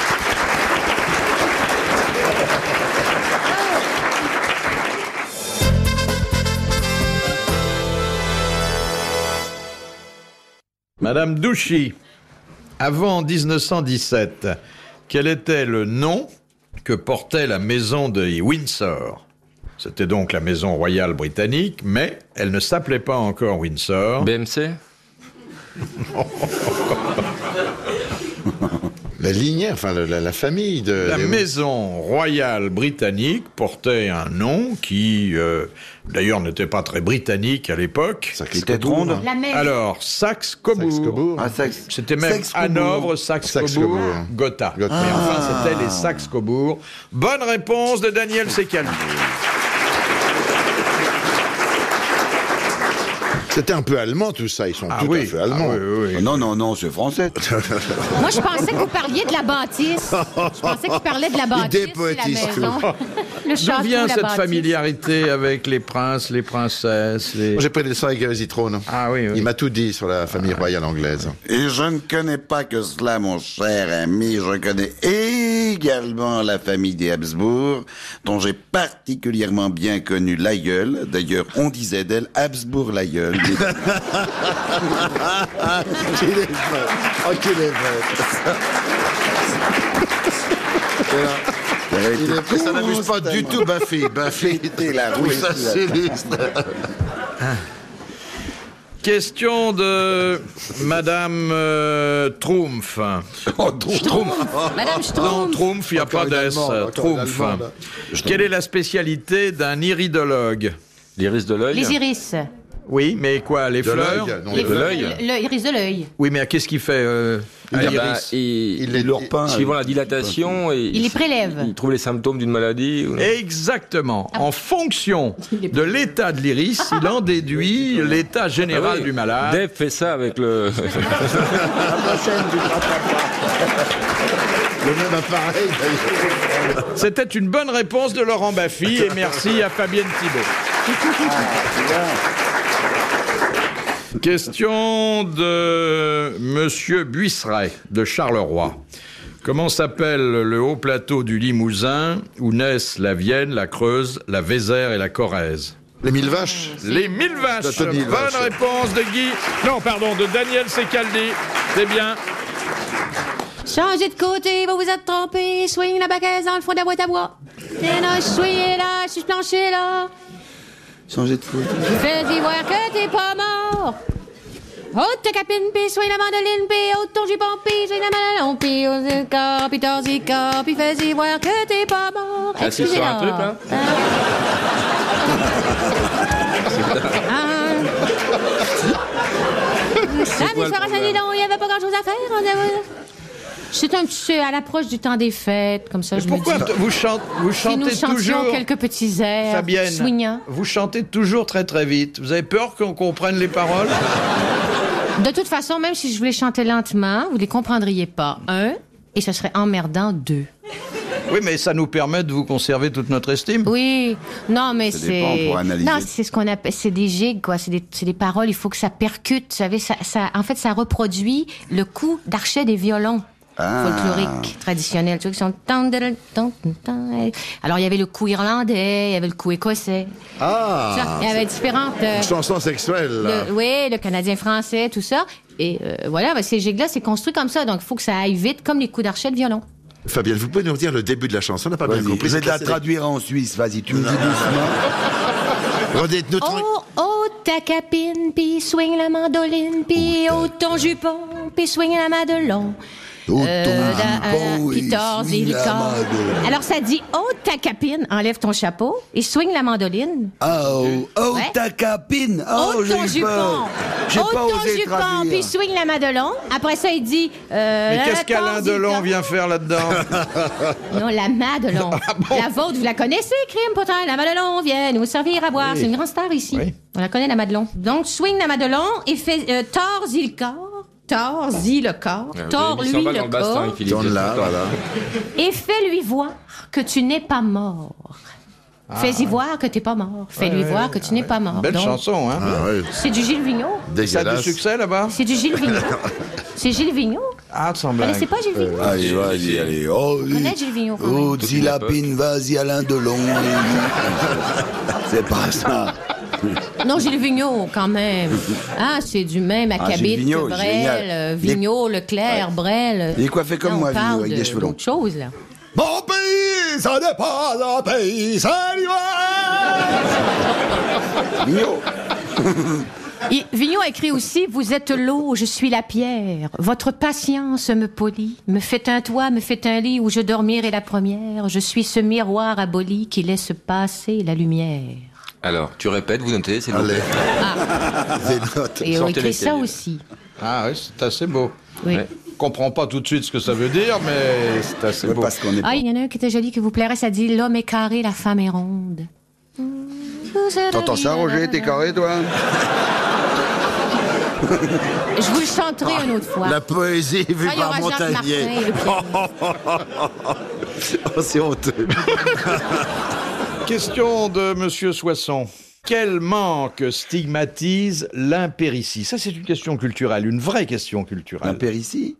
S3: Madame Douchy, avant 1917, quel était le nom que portait la maison de Windsor C'était donc la maison royale britannique, mais elle ne s'appelait pas encore Windsor.
S5: BMC
S6: La lignée, enfin la, la- la famille de.
S3: La
S6: des-
S3: maison royale britannique portait un nom qui, euh, d'ailleurs, n'était pas très britannique à l'époque.
S6: Saxe-Cobourg.
S7: ronde.
S2: La mère.
S3: Alors, Saxe-Cobourg.
S6: Saxe-Cobourg. Ah,
S3: C'était même Hanovre, Saxe-Cobourg,
S6: Saxe-Cobourg.
S3: Gotha.
S6: Gotha. Ah.
S3: Mais enfin, c'était les Saxe-Cobourg. Bonne réponse de Daniel Secali.
S6: C'était un peu allemand tout ça, ils sont
S3: Ah
S6: tout à
S3: oui,
S6: fait
S3: ah
S6: allemands.
S3: oui, oui.
S7: Non, non, non, c'est français.
S2: Moi, je pensais que vous parliez de la bâtisse. Je pensais que vous parliez de la bâtisse. c'est la
S6: dépoétise,
S2: maison. Le
S3: D'où
S2: château,
S3: vient
S2: la
S3: cette
S2: bâtisse.
S3: familiarité avec les princes, les princesses les-
S6: J'ai pris des leçons avec Gavesitrone.
S3: Ah oui, Ah. oui.
S6: Il m'a tout dit sur la famille royale anglaise.
S7: Et je ne connais pas que cela, mon cher ami. Je connais également la famille des Habsbourg, dont j'ai particulièrement bien connu l'aïeul. D'ailleurs, on disait d'elle Habsbourg l'aïeul.
S6: Il est vrai. Oh, qu'il est vrai. Il est vrai. Ça n'amuse pas du tout Baffy. Baffy,
S7: C'était la
S6: tout
S7: roue.
S6: ça sinistre.
S3: Question de Madame euh, Trumpf.
S5: Oh,
S2: Madame
S3: Non,
S2: Schtroumpf.
S3: Trumpf, il n'y a
S6: Encore
S3: pas
S6: une
S3: d'S.
S6: Allemande, encore
S3: Trumpf.
S6: une Allemande.
S3: Quelle est la spécialité d'un iridologue
S5: L'iris de l'œil
S2: Les iris.
S3: Oui, mais quoi Les
S6: De
S3: fleurs
S6: l'œil, non,
S2: Les-
S6: de
S5: fleurs.
S6: l'œil.
S5: l'œil.
S2: le- le- L'iris de l'œil.
S3: Oui, mais qu'est-ce qu'il fait euh, un
S5: Ah bah,
S3: iris
S5: il-
S6: Il est lourd.
S5: Suivant la dilatation, et
S2: les prélève.
S5: Il, il trouve les symptômes d'une maladie. ou-
S3: Exactement. En fonction de l'état de l'iris, il en déduit l'état
S5: Ah
S3: général
S5: oui,
S3: du malade.
S5: Dave fait ça avec le.
S6: Le même appareil. d'ailleurs.
S3: C'était une bonne réponse de Laurent Baffy et merci à Fabienne Thibault. Question de Monsieur Buisseret de Charleroi. Comment s'appelle le haut plateau du Limousin où naissent la Vienne, la Creuse, la Vézère et la Corrèze
S6: Les mille vaches.
S3: Les mille vaches.
S6: Tata Mille
S3: Bonne
S6: Vaches.
S3: réponse de Guy. Non, pardon, de Daniel Secaldi. C'est bien.
S2: Changez de côté, vous vous êtes trompé. Soignez la baguette dans le fond de la boîte à bois. Et non, soignez là, je suis planché là.
S7: Changer de foot.
S2: Fais-y voir que t'es pas mort. Oh, Haute ta capine, pis soigne la mandoline, pis haute ton jupon, pis soigne la mandoline, pis haute le corps, pis torsi corps, pis fais-y voir que t'es pas mort.
S5: Ah, c'est sur un truc, là quoi,
S2: Hein
S5: le
S2: Samedi soir à
S5: problème
S2: Saint-Didon, il n'y avait pas grand-chose à faire. on avait- C'est un petit, euh, à l'approche du temps des fêtes, comme ça, je me dis.
S3: Pourquoi vous, chante- vous
S2: Si nous
S3: chantez
S2: chantions
S3: toujours
S2: quelques petits airs
S3: Fabienne,
S2: swingants.
S3: vous chantez toujours très très vite. Vous avez peur qu'on comprenne les paroles
S2: De toute façon, même si je voulais chanter lentement, vous les comprendriez pas. Un, et ce serait emmerdant. Deux.
S3: Oui, mais ça nous permet de vous conserver toute notre estime.
S2: Oui, non, mais
S7: Ça dépend,
S2: c'est.
S7: on pourra analyser.
S2: Non, c'est ce qu'on appelle, c'est des gigs, quoi. C'est des, c'est des paroles. Il faut que ça percute. Vous savez, ça, ça- en fait, ça reproduit le coup d'archet des violons.
S7: Ah.
S2: folkloriques traditionnels. tu vois, qui sont tan, tan, tan, tan. Alors, il y avait le coup irlandais, il y avait le coup écossais. Ça,
S6: Ah
S2: il y avait différentes. euh,
S6: Chanson sexuelle. là.
S2: le- oui, le Canadien français, tout ça. Et euh, voilà, bah, ces gigs-là, c'est construit comme ça. Donc, il faut que ça aille vite, comme les coups d'archet de violon.
S6: Fabienne, vous pouvez nous dire le début de la chanson On n'a pas bien
S7: Vas-y,
S6: compris.
S7: je vais
S6: C'est
S7: te la
S6: classé-
S7: traduire en Suisse, vas-y, tu me dis doucement.
S6: Redette-nous tranquille.
S2: Oh, oh, ta capine, puis swing la mandoline, puis oh, ton jupon, puis swing la madelon.
S7: Oh, ton
S2: Euh, da-
S7: jupon
S2: euh,
S7: et
S2: puis torse,
S7: swing
S2: il
S7: la
S2: corps.
S7: madelon.
S2: Alors ça dit, oh, ta capine, enlève ton chapeau et swing la mandoline.
S7: Oh, oh
S2: Ouais.
S7: ta capine,
S2: Oh,
S7: oh,
S2: ton
S7: j'ai eu
S2: jupon,
S7: peur. J'ai
S2: oh,
S7: pas
S2: ton
S7: osé
S2: jupon,
S7: traduire.
S2: puis swing la madelon. Après ça, il dit... euh,
S3: Mais
S2: la
S3: qu'est-ce qu'Alain
S2: torse, il
S3: Delon
S2: corps.
S3: vient faire là-dedans
S2: Non, la Madelon.
S3: Ah,
S2: La vôtre, vous la connaissez, crime pourtant. La Madelon vient nous servir à boire. C'est une grande star ici.
S3: Oui.
S2: On la connaît, la Madelon. Donc, swing la Madelon et fait euh, tords-y le corps. Tords-y le corps.
S5: Vous avez mis
S2: Tords-lui
S5: 100 balles dans
S2: le
S5: le bastin,
S2: corps.
S5: Philippe.
S6: Tourne là,
S5: Attends.
S6: voilà.
S2: Et fais-lui voir que tu n'es pas mort. Fais-y voir que tu n'es pas mort. Fais-lui voir que tu n'es pas mort.
S3: Ah. Belle
S2: Donc,
S3: chanson, hein
S6: Ah ouais,
S2: C'est du Gilles Vigneault.
S3: Ça a du
S6: dégueulasse.
S3: succès là-bas
S2: C'est du Gilles Vigneault. C'est Gilles Vigneault.
S3: Ah, sans
S2: Vous
S3: blague. Euh,
S2: connaissez pas Gilles Vigneault?
S5: Ah,
S7: Allez, vas-y, allez. Oh,
S2: connaît Gilles Vigneault, quand
S7: Oh,
S2: même.
S7: Zilapine, vas-y, Alain Delon. C'est pas ça.
S2: Non, Gilles Vigneault, quand même. Ah, c'est du même acabit
S7: Gilles Vigneault,
S2: que
S7: génial.
S2: Brel, euh, Vigneault, Leclerc, Brel.
S7: Il est coiffé comme
S2: Là, on
S7: moi, Vigneault,
S2: parle
S7: avec
S2: de-
S7: des cheveux longs.
S2: d'autre chose, là.
S4: Mon pays, ça n'est pas un pays, c'est l'Ouest.
S7: Mignon.
S2: Et Vigneault a écrit aussi « Vous êtes l'eau, je suis la pierre. Votre patience me polit. Me fait un toit, me fait un lit où je dormirai la première. Je suis ce miroir aboli qui laisse passer la lumière.
S5: Alors, tu répètes, vous notez, c'est
S6: Allez. Des notes. »
S2: Et on
S5: Sortez
S2: écrit
S5: les
S2: ça
S5: cahiers.
S2: aussi.
S3: Ah oui, c'est assez beau.
S2: Oui.
S5: Ouais.
S3: Je comprends pas tout de suite ce que ça veut dire, mais c'est assez beau.
S7: Parce qu'on est
S2: Ah, il y en a un qui était joli, qui vous plairait, ça dit « L'homme est carré, la femme est ronde. »
S7: T'entends ça, Roger T'es carré, toi
S2: Je vous le chanterai une autre fois.
S6: La poésie vue
S2: Ça, il y aura
S6: par
S2: Jacques Martin et
S6: Montagnier.
S2: le
S6: Oh, c'est honteux.
S3: Question de Monsieur Soisson. Quel manque stigmatise l'impéritie Ça, c'est une question culturelle, une vraie question culturelle.
S7: L'impéritie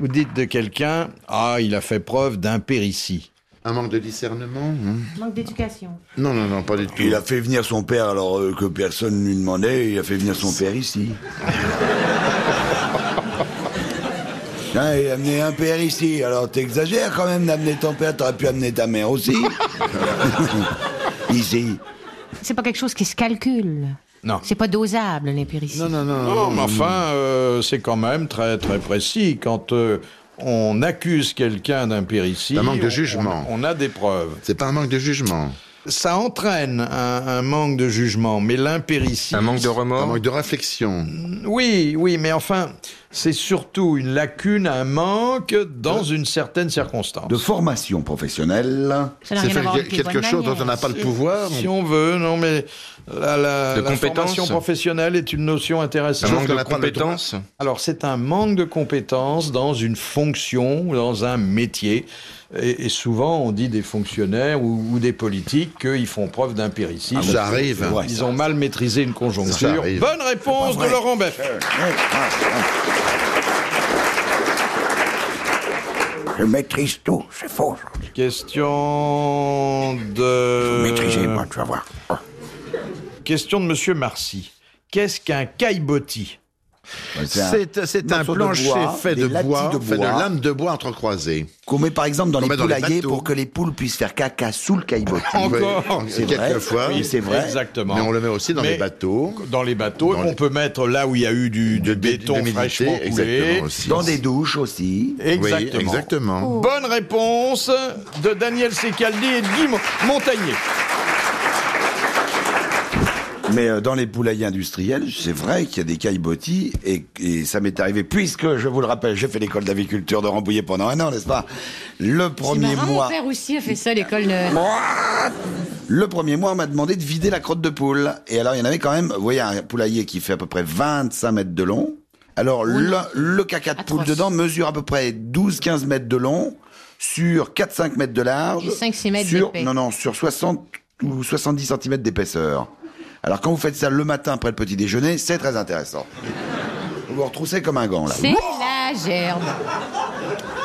S3: Vous dites de quelqu'un, ah, il a fait preuve d'impéritie.
S6: Un manque de discernement hein
S2: Manque d'éducation.
S6: Non, non, non, pas du tout.
S7: Il a fait venir son père alors euh, que personne ne lui demandait, il a fait venir son père ici. Ah, il a amené un père ici, alors t'exagères quand même d'amener ton père, t'aurais pu amener ta mère aussi. ici.
S2: C'est pas quelque chose qui se calcule.
S3: Non.
S2: C'est pas dosable, l'impéritie.
S6: Non, non, non.
S3: Non, mais enfin, euh, c'est quand même très très précis. Quand euh, on accuse quelqu'un d'impéritie,
S6: Un manque de
S3: on-
S6: jugement.
S3: On, on a des preuves.
S6: C'est pas un manque de jugement.
S3: Ça entraîne un, un manque de jugement, mais l'impéritie.
S5: Un manque de
S6: Un
S5: remords
S6: manque de réflexion.
S3: Oui, oui, mais enfin, c'est surtout une lacune, un manque dans une certaine circonstance.
S7: De formation professionnelle.
S2: Ça
S6: C'est
S2: n'a rien à
S6: faire
S2: voir avec les
S6: quelque
S2: bonnes
S6: chose dont on
S2: manières.
S6: n'a pas le pouvoir.
S3: Si on veut, non, mais la, la,
S5: De
S3: la
S5: compétences.
S3: formation professionnelle est une notion
S5: Un
S3: intéressante.
S5: manque
S6: qu'on
S5: de
S6: n'a pas le droit.
S5: compétences
S3: Alors, c'est un manque de compétences dans une fonction, ou dans un métier. Et, et souvent, on dit des fonctionnaires ou, ou des politiques qu'ils font preuve d'impéricisme.
S6: Ah, ça arrive.
S7: Ouais.
S3: Ils ont mal maîtrisé une
S6: Ça
S3: conjoncture.
S6: arrive.
S3: Bonne réponse
S7: C'est pas
S3: de
S7: vrai. Euh,
S3: Laurent Beff.
S7: Je maîtrise tout, c'est faux.
S3: Question de...
S7: tu vas voir.
S3: Question de Monsieur Marcy. Qu'est-ce qu'un caillebotis
S6: C'est c'est un
S7: morceau de
S6: plancher
S7: bois,
S6: fait de
S7: des latis
S6: bois,
S7: de
S6: fait de
S7: bois.
S6: lames de bois entrecroisées.
S7: Qu'on met par exemple dans
S6: Qu'on
S7: les
S6: met dans les
S7: poulaillers
S6: bateaux.
S7: pour que les poules puissent faire caca sous le caillebotis.
S3: Encore
S6: Oui,
S7: C'est vrai.
S6: Quelquefois.
S7: Oui, c'est vrai.
S3: Exactement.
S6: Mais on le met aussi dans
S3: Mais-
S6: les bateaux.
S3: Dans les bateaux,
S6: Dans
S3: on
S6: les-
S3: peut mettre là où il y a eu du, du
S6: de- de-
S3: béton
S6: d'humidité,
S3: fraîchement coulé.
S6: exactement aussi.
S7: Dans des douches aussi.
S6: Oui,
S3: Exactement.
S6: exactement.
S3: Bonne réponse de Daniel Secaldi et de Guy Mo- Montagnier.
S7: Mais euh, dans les poulaillers industriels, c'est vrai qu'il y a des caillebotis et, et ça m'est arrivé puisque je vous le rappelle, j'ai fait l'école d'aviculture de Rambouillet pendant un an, n'est-ce pas Le premier mois,
S2: Mon père aussi a fait ça à l'école de...
S7: le premier mois, on m'a demandé de vider la crotte de poule. Et alors, il y en avait quand même, vous voyez, un poulailler qui fait à peu près 25 mètres de long. Alors, le, le caca de poule
S2: Atroce.
S7: dedans mesure à peu près 12-15 mètres de long sur 4-5 mètres de large.
S2: Et 5-6 mètres
S7: sur,
S2: d'épais.
S7: Non, non, sur 60 ou 70 cm d'épaisseur. Alors, quand vous faites ça le matin après le petit déjeuner, c'est très intéressant. Vous vous retroussez comme un gant, là.
S2: C'est la gerbe.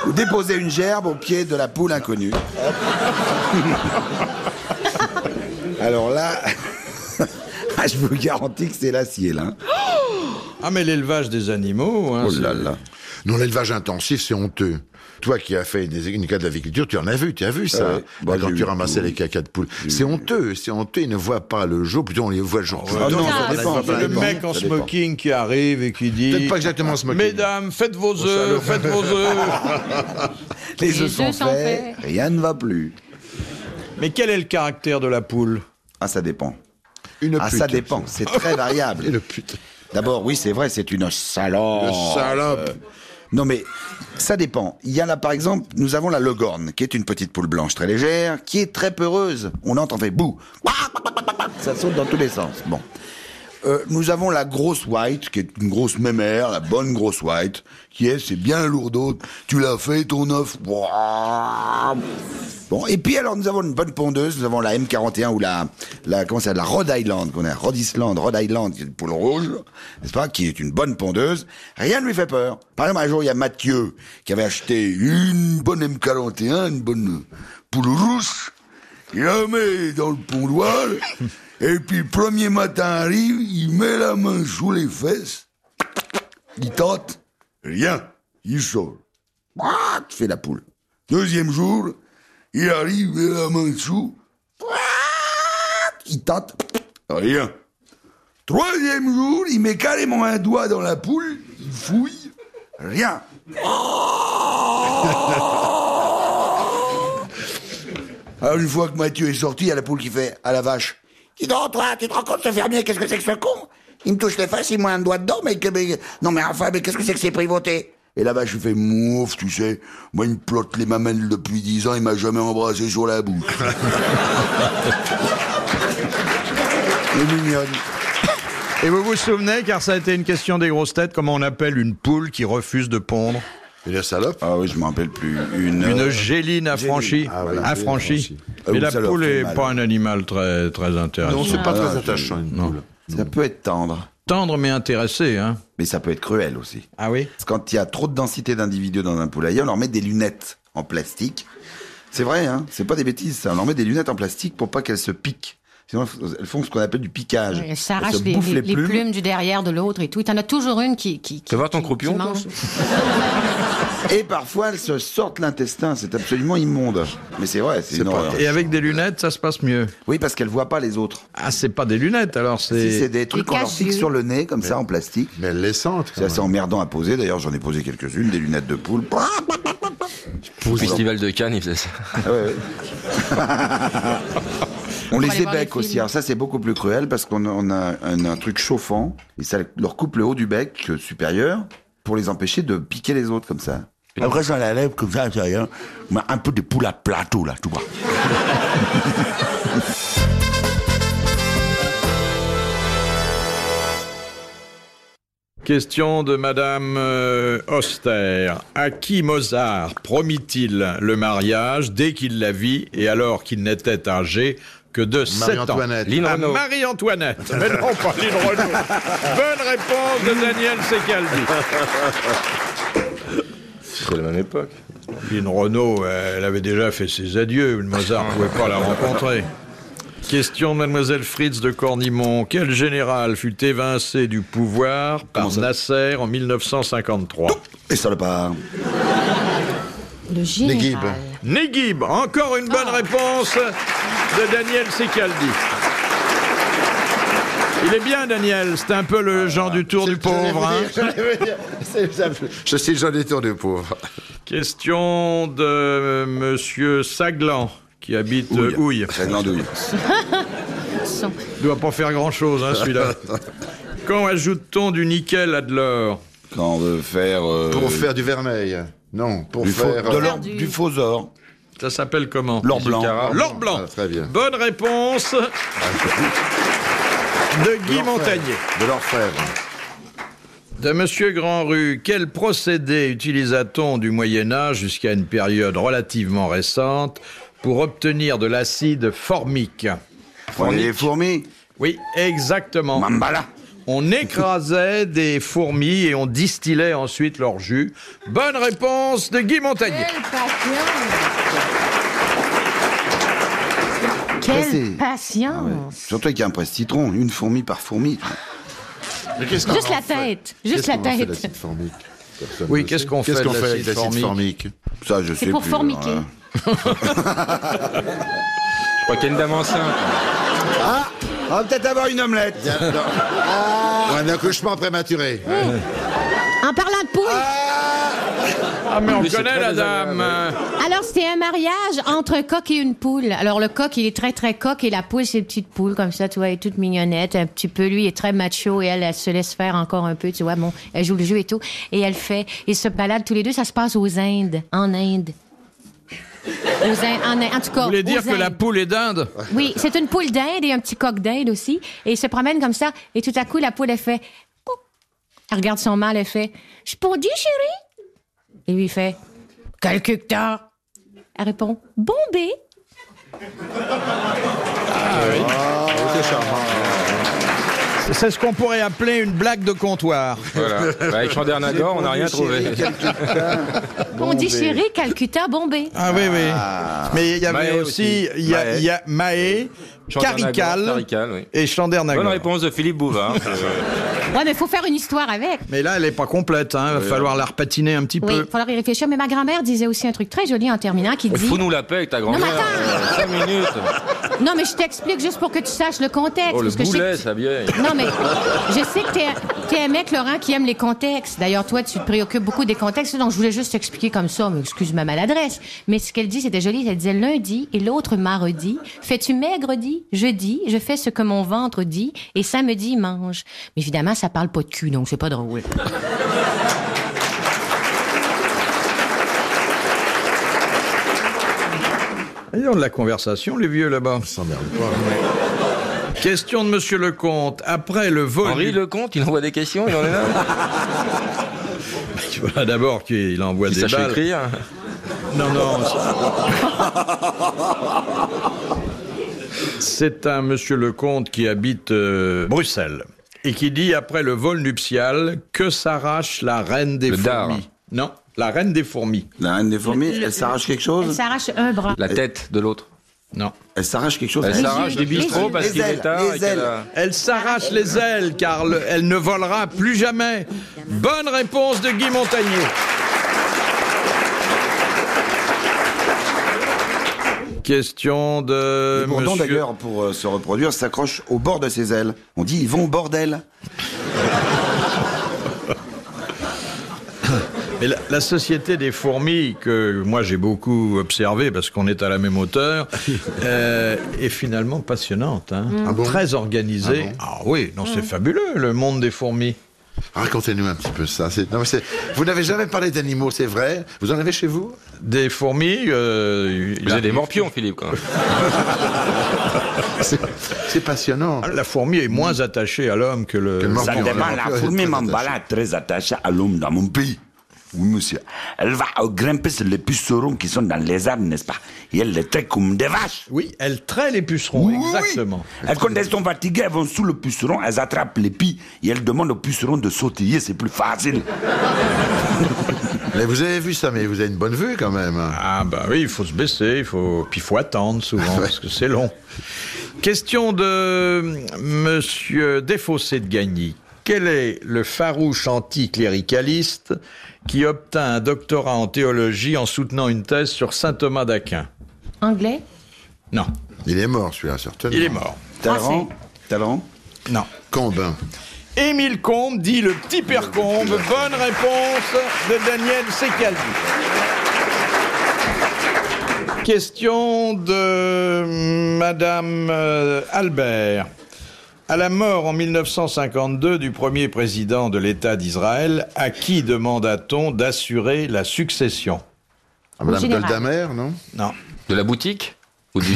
S7: Vous déposez une gerbe au pied de la poule inconnue. Alors là, je vous garantis que c'est l'acier, là.
S3: Ah, mais l'élevage des animaux. hein,
S7: Oh là
S3: c'est-
S7: là.
S6: Non, l'élevage intensif, c'est honteux. Toi qui as fait des- une cas d'aviculture, tu en as vu, tu as vu ça.
S7: Ah ouais. Bah,
S6: Là, quand
S7: j'ai
S6: tu
S7: eu-
S6: ramassais les cacas de poules. C'est honteux, c'est honteux. Ils ne voient pas le jour, plutôt on les voit le jour. plus
S7: Ah
S6: tard.
S7: non,
S2: ça
S7: ça dépend.
S3: C'est
S7: ça
S3: le
S7: dépend,
S3: mec en
S7: ça dépend.
S3: smoking qui arrive et qui dit
S6: Peut-être pas exactement ce smoking. Oh,
S3: Mesdames, faites vos œufs, faites vos œufs.
S7: Les
S2: Les
S7: œufs sont
S2: œufs sont
S7: faits,
S2: faits.
S7: rien ne va plus.
S3: Mais quel est le caractère de la poule
S7: Ah, ça dépend.
S6: Une
S7: Ah,
S6: pute.
S7: ça dépend. C'est très variable.
S6: Une pute.
S7: D'abord, oui, c'est vrai, c'est une salope.
S6: Le salope.
S7: Euh, Non, mais ça dépend. Il y en a, par exemple, nous avons la Logorne, qui est une petite poule blanche très légère, qui est très peureuse. On entend fait bouh. Ça saute dans tous les sens. Bon. Euh, nous avons la grosse white, qui est une grosse mémère, la bonne grosse white, qui est, c'est bien lourdeau, tu l'as fait ton œuf. Bon, et puis alors nous avons une bonne pondeuse, nous avons la M41 ou la, la comment ça, la Rhode Island, qu'on a, Rhode Island, Rhode Island, qui est une poule rouge, n'est-ce pas, qui est une bonne pondeuse. Rien ne lui fait peur. Par exemple, un jour, il y a Mathieu, qui avait acheté une bonne M41, une bonne poule rousse, il la met dans le pondoir, et puis le premier matin arrive, il met la main sous les fesses, il tente, rien, il sort. Ah, tu fais la poule. Deuxième jour, il arrive, il met la main dessous, Ah, il tente, rien. Troisième jour, il met carrément un doigt dans la poule, il fouille, rien. Alors une fois que Mathieu est sorti, il y a la poule qui fait à la vache. Dis donc, toi, tu te rends compte, ce fermier, qu'est-ce que c'est que ce con Il me touche les fesses, il me met un doigt dedans, mais, que- mais- non mais enfin, mais qu'est-ce que c'est que ces privautés Et la vache lui fait mouf, tu sais, moi il me plotte les mamelles depuis dix ans, il m'a jamais embrassé sur la bouche. Elle est mignonne.
S3: Et vous vous souvenez, car ça a été une question des grosses têtes, comment on appelle une poule qui refuse de pondre
S6: Et la salope
S7: Ah oui, je m'en rappelle plus. Une. euh,
S3: Une géline affranchie.
S6: Ah, voilà,
S3: affranchie.
S6: affranchie.
S7: Ah,
S3: Mais
S7: oui,
S3: la
S7: ça leur
S3: poule
S7: fait
S3: n'est
S7: mal.
S3: pas un animal très, très intéressant.
S6: Non, c'est pas
S7: Ah,
S6: très
S7: je-
S6: attachant, une poule.
S7: Ça peut être tendre,
S3: Tendre mais intéressé, hein.
S7: mais ça peut être cruel aussi.
S3: Ah oui
S7: Quand il y a trop de densité d'individus dans un poulailler, on leur met des lunettes en plastique. C'est vrai, hein c'est pas des bêtises, ça. On leur met des lunettes en plastique pour pas qu'elles se piquent. Sinon, elles f- elles font ce qu'on appelle du piquage.
S2: Elle s'arrache
S7: Elles se
S2: les,
S7: bouffent
S2: les- les plumes. du derrière de l'autre et tout. T'en as toujours une qui. qui, qui
S5: Tu vas voir ton
S2: qui- qui
S5: croupion, toi
S2: mange.
S7: Et parfois, elles se sortent l'intestin. C'est absolument immonde. Mais c'est vrai, c'est une horreur.
S3: Et avec des lunettes, ça se passe mieux.
S7: Oui, parce qu'elles voient pas les autres.
S3: Ah, c'est pas des lunettes, alors
S7: Si c'est
S3: c'est...
S7: des trucs qu'on leur
S2: cache-yeux.
S7: fixe sur le nez, comme ça, en plastique.
S6: Mais elle les sente.
S7: C'est assez emmerdant à poser. D'ailleurs, j'en ai posé quelques-unes, des lunettes de poule.
S5: Au festival de Cannes, il faisait ça.
S7: On les
S2: aller voir les
S7: ébec aussi.
S2: films.
S7: Alors ça, c'est beaucoup plus cruel parce qu'on a, on a un, un truc chauffant et ça leur coupe le haut du bec euh, supérieur pour les empêcher de piquer les autres comme ça. Après, ça la lèvre comme ça, ça rien. Mais un peu de poule à plateau, là, tu vois.
S3: Question de Madame euh, Auster. À qui Mozart promit-il le mariage dès qu'il la vit et alors qu'il n'était âgé que de 7 ans
S6: Marie-Antoinette.
S5: Lynn
S3: À
S5: Renaud.
S3: Marie-Antoinette. Mais non, pas Lynn Renaud. Bonne réponse de Daniel Secaldi.
S5: C'était la même époque.
S3: Lynn Renaud, elle avait déjà fait ses adieux. Mozart ne pouvait pas la rencontrer. Question de Mademoiselle Fritz de Cornimont. Quel général fut évincé du pouvoir par Nasser en 1953
S7: Et ça le part.
S2: Le
S6: guibes.
S2: général.
S3: Négib, encore une bonne réponse de Daniel Sicaldi. Il est bien, Daniel. C'est un peu
S6: Ah,
S3: le genre du tour du pauvre. hein.
S6: Je suis le genre des tours du pauvre.
S7: Euh,
S3: Question de euh, Monsieur Saglan, qui habite euh, Houille.
S7: La glandouille.
S2: Son-
S3: Il doit pas faire grand-chose, hein, celui-là. Quand ajoute-t-on du nickel à de l'or
S7: Quand on veut faire... euh,
S6: Pour faire du vermeil. Non, pour
S7: du, faux,
S6: faire.
S7: de
S6: euh,
S7: l'or-
S2: du-
S7: du faux or.
S3: Ça s'appelle comment
S7: L'or blanc.
S6: Cara.
S3: L'or blanc.
S6: Ah, très bien. Ah,
S3: Bonne réponse de Guy Montagnier.
S6: De l'orfèvre.
S3: De Monsieur Grandru, quel procédé utilisa-t-on du Moyen Âge jusqu'à une période relativement récente pour obtenir de l'acide formique
S7: Prenez les fourmis.
S3: Oui,
S2: Oh.
S3: exactement.
S7: Mambala.
S3: On écrasait des fourmis et on distillait ensuite leur jus. Bonne réponse de Guy Montagnier.
S2: Quelle patience Quelle
S7: c'est-
S2: patience
S7: Surtout avec un presse-citron, une fourmi par fourmi.
S6: Mais qu'est-ce qu'on
S2: Juste
S6: en
S2: la
S6: fait
S2: tête,
S6: Qu'est-ce
S2: juste la
S6: qu'on en fait de
S2: tête.
S6: l'acide formique Personne
S3: Oui,
S6: ne
S3: qu'est-ce
S6: sait.
S3: qu'on fait de
S6: avec
S3: l'acide
S6: l'acide formique,
S7: Ça, je sais
S2: C'est pour
S7: plus,
S2: formiquer.
S7: hein.
S5: Je crois qu'il y a une dame enceinte.
S7: On va peut-être avoir une omelette.
S6: Il y a- non. Ou Ah, Un accouchement prématuré.
S2: En parlant de poules,
S3: Ah, mais on
S5: Oui, c'est
S3: connaît
S5: très
S3: la
S5: désagréable,
S3: dame.
S2: alors c'était un mariage entre un coq et une poule. Alors le coq, il est très très coq et la poule, c'est une petite poule comme ça, tu vois, elle est toute mignonnette, un petit peu. Lui, il est très macho et elle, elle se laisse faire encore un peu, tu vois. Bon, elle joue le jeu et tout. Et elle fait, ils se baladent tous les deux, ça se passe aux Indes, en Inde. Aux Indes, en, Inde, en tout cas.
S3: Vous voulez
S2: aux
S3: dire que la
S2: Indes.
S3: poule est d'Inde
S2: Oui, c'est une poule d'Inde et un petit coq d'Inde aussi. Et ils se promènent comme ça. Et tout à coup, la poule, elle fait. Cou Elle regarde son mâle, elle fait. Je pourdi, chérie. Et lui, il fait. Calcutta. Elle répond. Bombay.
S3: C'est ce qu'on pourrait appeler une blague de comptoir.
S5: Voilà. Bah, avec Chandernagor, on n'a rien trouvé.
S2: On dit chérie, Calcutta, Bombay.
S3: Ah oui, oui. Mais il y avait
S5: Mahé
S3: aussi,
S5: aussi.
S3: il y, a-
S5: Mahé.
S3: il y a Mahé,
S5: Chandernagor,
S3: Carical
S5: Carical, oui.
S3: et
S5: Bonne
S3: Chandernagor.
S5: réponse de Philippe Bouvard. Euh,
S2: Ouais, mais faut faire une histoire avec.
S3: Mais là, elle n'est pas complète. hein. Il va falloir la repatiner un petit
S2: Oui,
S5: Euh.
S3: peu.
S2: il faudra y réfléchir. Mais ma grand-mère disait aussi un truc très joli en terminant qui dit.
S5: Fous-nous la paix avec ta grand-mère.
S2: Non, mais attends.
S5: 5 minutes.
S2: Non, mais je t'explique juste pour que tu saches le contexte.
S5: Oh, le
S2: parce que je sais que
S5: boulet,
S2: tu-
S5: ça vieille.
S2: Non, mais je sais que t'es un- t'es un mec, Laurent, qui aime les contextes. D'ailleurs, toi, tu te préoccupes beaucoup des contextes, donc je voulais juste t'expliquer comme ça, mais excuse ma maladresse. Mais ce qu'elle dit, c'était joli. Elle disait lundi et l'autre mardi. Fais-tu maigre, dit Jeudi, je fais ce que mon ventre dit. Et samedi, mange. Mais évidemment, ça parle pas de cul, donc c'est pas drôle.
S3: Ayons de la conversation, les vieux là-bas. Question de Monsieur Lecomte. Après le vol.
S5: Henri
S3: du-
S5: Lecomte, il envoie des questions, il en est là.
S3: Voilà, D'abord qu'il envoie
S5: Il
S3: des
S5: sache
S3: balles.
S5: écrire.
S3: Non, non. c'est- C'est un monsieur Lecomte qui habite euh, Bruxelles et qui dit après le vol nuptial que s'arrache la reine des
S5: Le dard.
S3: fourmis. Non, la reine des fourmis.
S7: La reine des fourmis, elle s'arrache quelque
S2: Elle
S7: chose
S2: s'arrache un bras.
S5: La tête de l'autre.
S3: Non.
S7: Elle s'arrache quelque chose
S5: Elle
S2: Les
S5: s'arrache
S2: yeux,
S5: des
S2: les
S5: bistrots
S2: yeux.
S5: parce
S7: Les
S5: qu'il est
S7: ailes,
S5: tard. et
S7: les
S5: qu'elle
S7: ailes.
S5: a-
S3: Elle s'arrache les ailes car le- elle ne volera plus jamais. Bonne réponse de Guy Montagnier. Question de
S7: Et pourtant,
S3: monsieur-
S7: d'ailleurs, pour euh, se reproduire, s'accroche au bord de ses ailes. On dit, ils vont au bordel.
S3: Mais la, la société des fourmis, que moi j'ai beaucoup observée parce qu'on est à la même hauteur, euh, est finalement passionnante. hein. Très organisée. Ah, oui, non, c'est fabuleux, le monde des fourmis.
S6: Racontez-nous un petit peu ça. C'est- non, mais c'est- vous n'avez jamais parlé d'animaux, c'est vrai Vous en avez chez vous
S3: Des fourmis. euh, il
S5: Vous
S3: a-
S5: avez des morpions, Philippe, quand même.
S6: C'est c'est passionnant.
S3: La fourmi est moins attachée à l'homme que le.
S6: Que le
S3: Ça-
S6: morpion.
S8: Demain,
S6: Alors,
S8: la
S6: plus,
S8: fourmi
S6: très
S8: m'emballe très attachée à l'homme dans mon pays. Oui, monsieur. Elle va grimper sur les pucerons qui sont dans les arbres, n'est-ce pas Et elle les traite comme des vaches.
S3: Oui, elle traite les pucerons,
S8: Oui, oui.
S3: exactement.
S8: Elles, quand elles sont fatiguées, elles vont sous le puceron, elles attrapent les pies et elles demandent au puceron de sautiller, c'est plus facile.
S6: Mais vous avez vu ça, mais vous avez une bonne vue quand même.
S3: Ah bah oui, il faut se baisser, il faut puis il faut attendre souvent parce que c'est long. Question de euh, Monsieur Desfossés de Gagny. Quel est le farouche anticléricaliste qui obtint un doctorat en théologie en soutenant une thèse sur saint Thomas d'Aquin
S2: Anglais
S3: Non,
S6: Il est mort, celui-là, certainement.
S3: il est mort.
S7: Talleyrand Talleyrand
S3: Non.
S6: Combin.
S3: Émile Combe dit le petit père Combe. Bonne réponse de Daniel Secaldi. Question de Madame euh, Albert. À la mort en 1952 du premier président de l'État d'Israël, à qui demanda-t-on d'assurer la succession
S6: Ah, Madame
S2: général.
S6: Goldamer, non
S3: Non,
S5: De la boutique Ou du.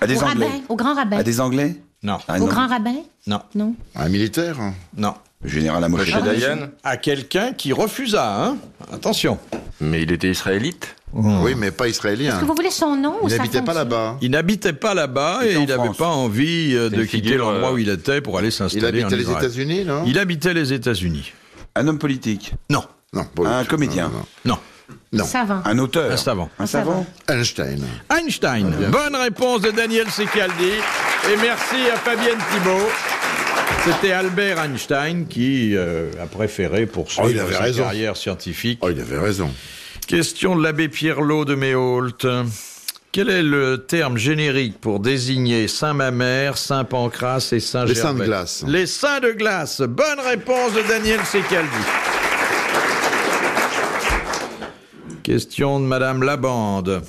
S7: À des
S2: Au
S7: Anglais
S2: rabbin, au grand rabbin.
S7: À des Anglais
S3: non,
S7: Ah,
S2: Au
S7: non.
S2: grand rabbin
S3: non,
S2: Non.
S6: Un militaire hein
S3: non.
S7: Le général Moshe
S5: Moshe
S7: Dayan.
S5: Dayan.
S3: À quelqu'un qui refusa, hein Attention.
S5: Mais il était israélite.
S7: Mmh.
S6: Oui, mais pas israélien.
S2: Est-ce que vous voulez son nom ou
S6: Il
S2: sa
S6: n'habitait pas
S2: fonction
S6: là-bas.
S3: Il n'habitait pas là-bas
S7: Il était
S3: et
S7: en
S3: il n'avait
S7: France.
S3: pas envie euh,
S5: C'est
S3: de
S5: une
S3: quitter
S5: figure,
S3: l'endroit
S5: euh,
S3: où il était pour aller
S6: Il
S3: s'installer en
S6: habitait les
S3: Israël.
S6: États-Unis, non
S3: Il habitait les États-Unis.
S7: Un homme politique.
S3: Non,
S6: Non, bon,
S7: Un
S6: je-
S7: comédien.
S6: non, non.
S3: non.
S6: Non.
S2: Savant.
S7: Un auteur.
S6: Ah.
S3: Un savant.
S7: Un savant.
S6: Einstein.
S3: Einstein.
S6: Ah,
S3: Bonne réponse de Daniel Sicaldi. Et merci à Fabienne Thibault. C'était Albert Einstein qui euh, a préféré poursuivre
S6: Oh, il avait
S3: sa
S6: raison.
S3: carrière scientifique.
S6: Oh, il avait raison.
S3: Question de l'abbé Pierlot de Méholt. Quel est le terme générique pour désigner Saint-Mamère, Saint-Pancras et Saint-Gervais
S6: Les saints de glace.
S3: Les saints de glace. Bonne réponse de Daniel Secaldi. Question de Madame Labande.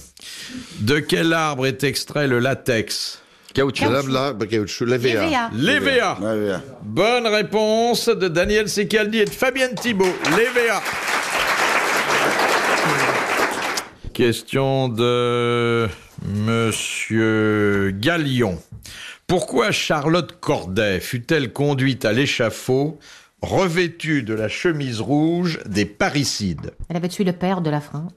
S3: De quel arbre est extrait le latex
S5: Caoutchouc.
S6: Madame là, bah, caoutchouc, la
S2: Les
S6: VA.
S2: VA.
S3: L'EVA.
S7: Ouais, ouais.
S3: Bonne réponse de Daniel Sicaldi et de Fabienne Thibault. L'EVA. Question de Monsieur Gallion. Pourquoi Charlotte Corday fut-elle conduite à l'échafaud revêtue de la chemise rouge des parricides
S2: Elle avait tué le père de la France.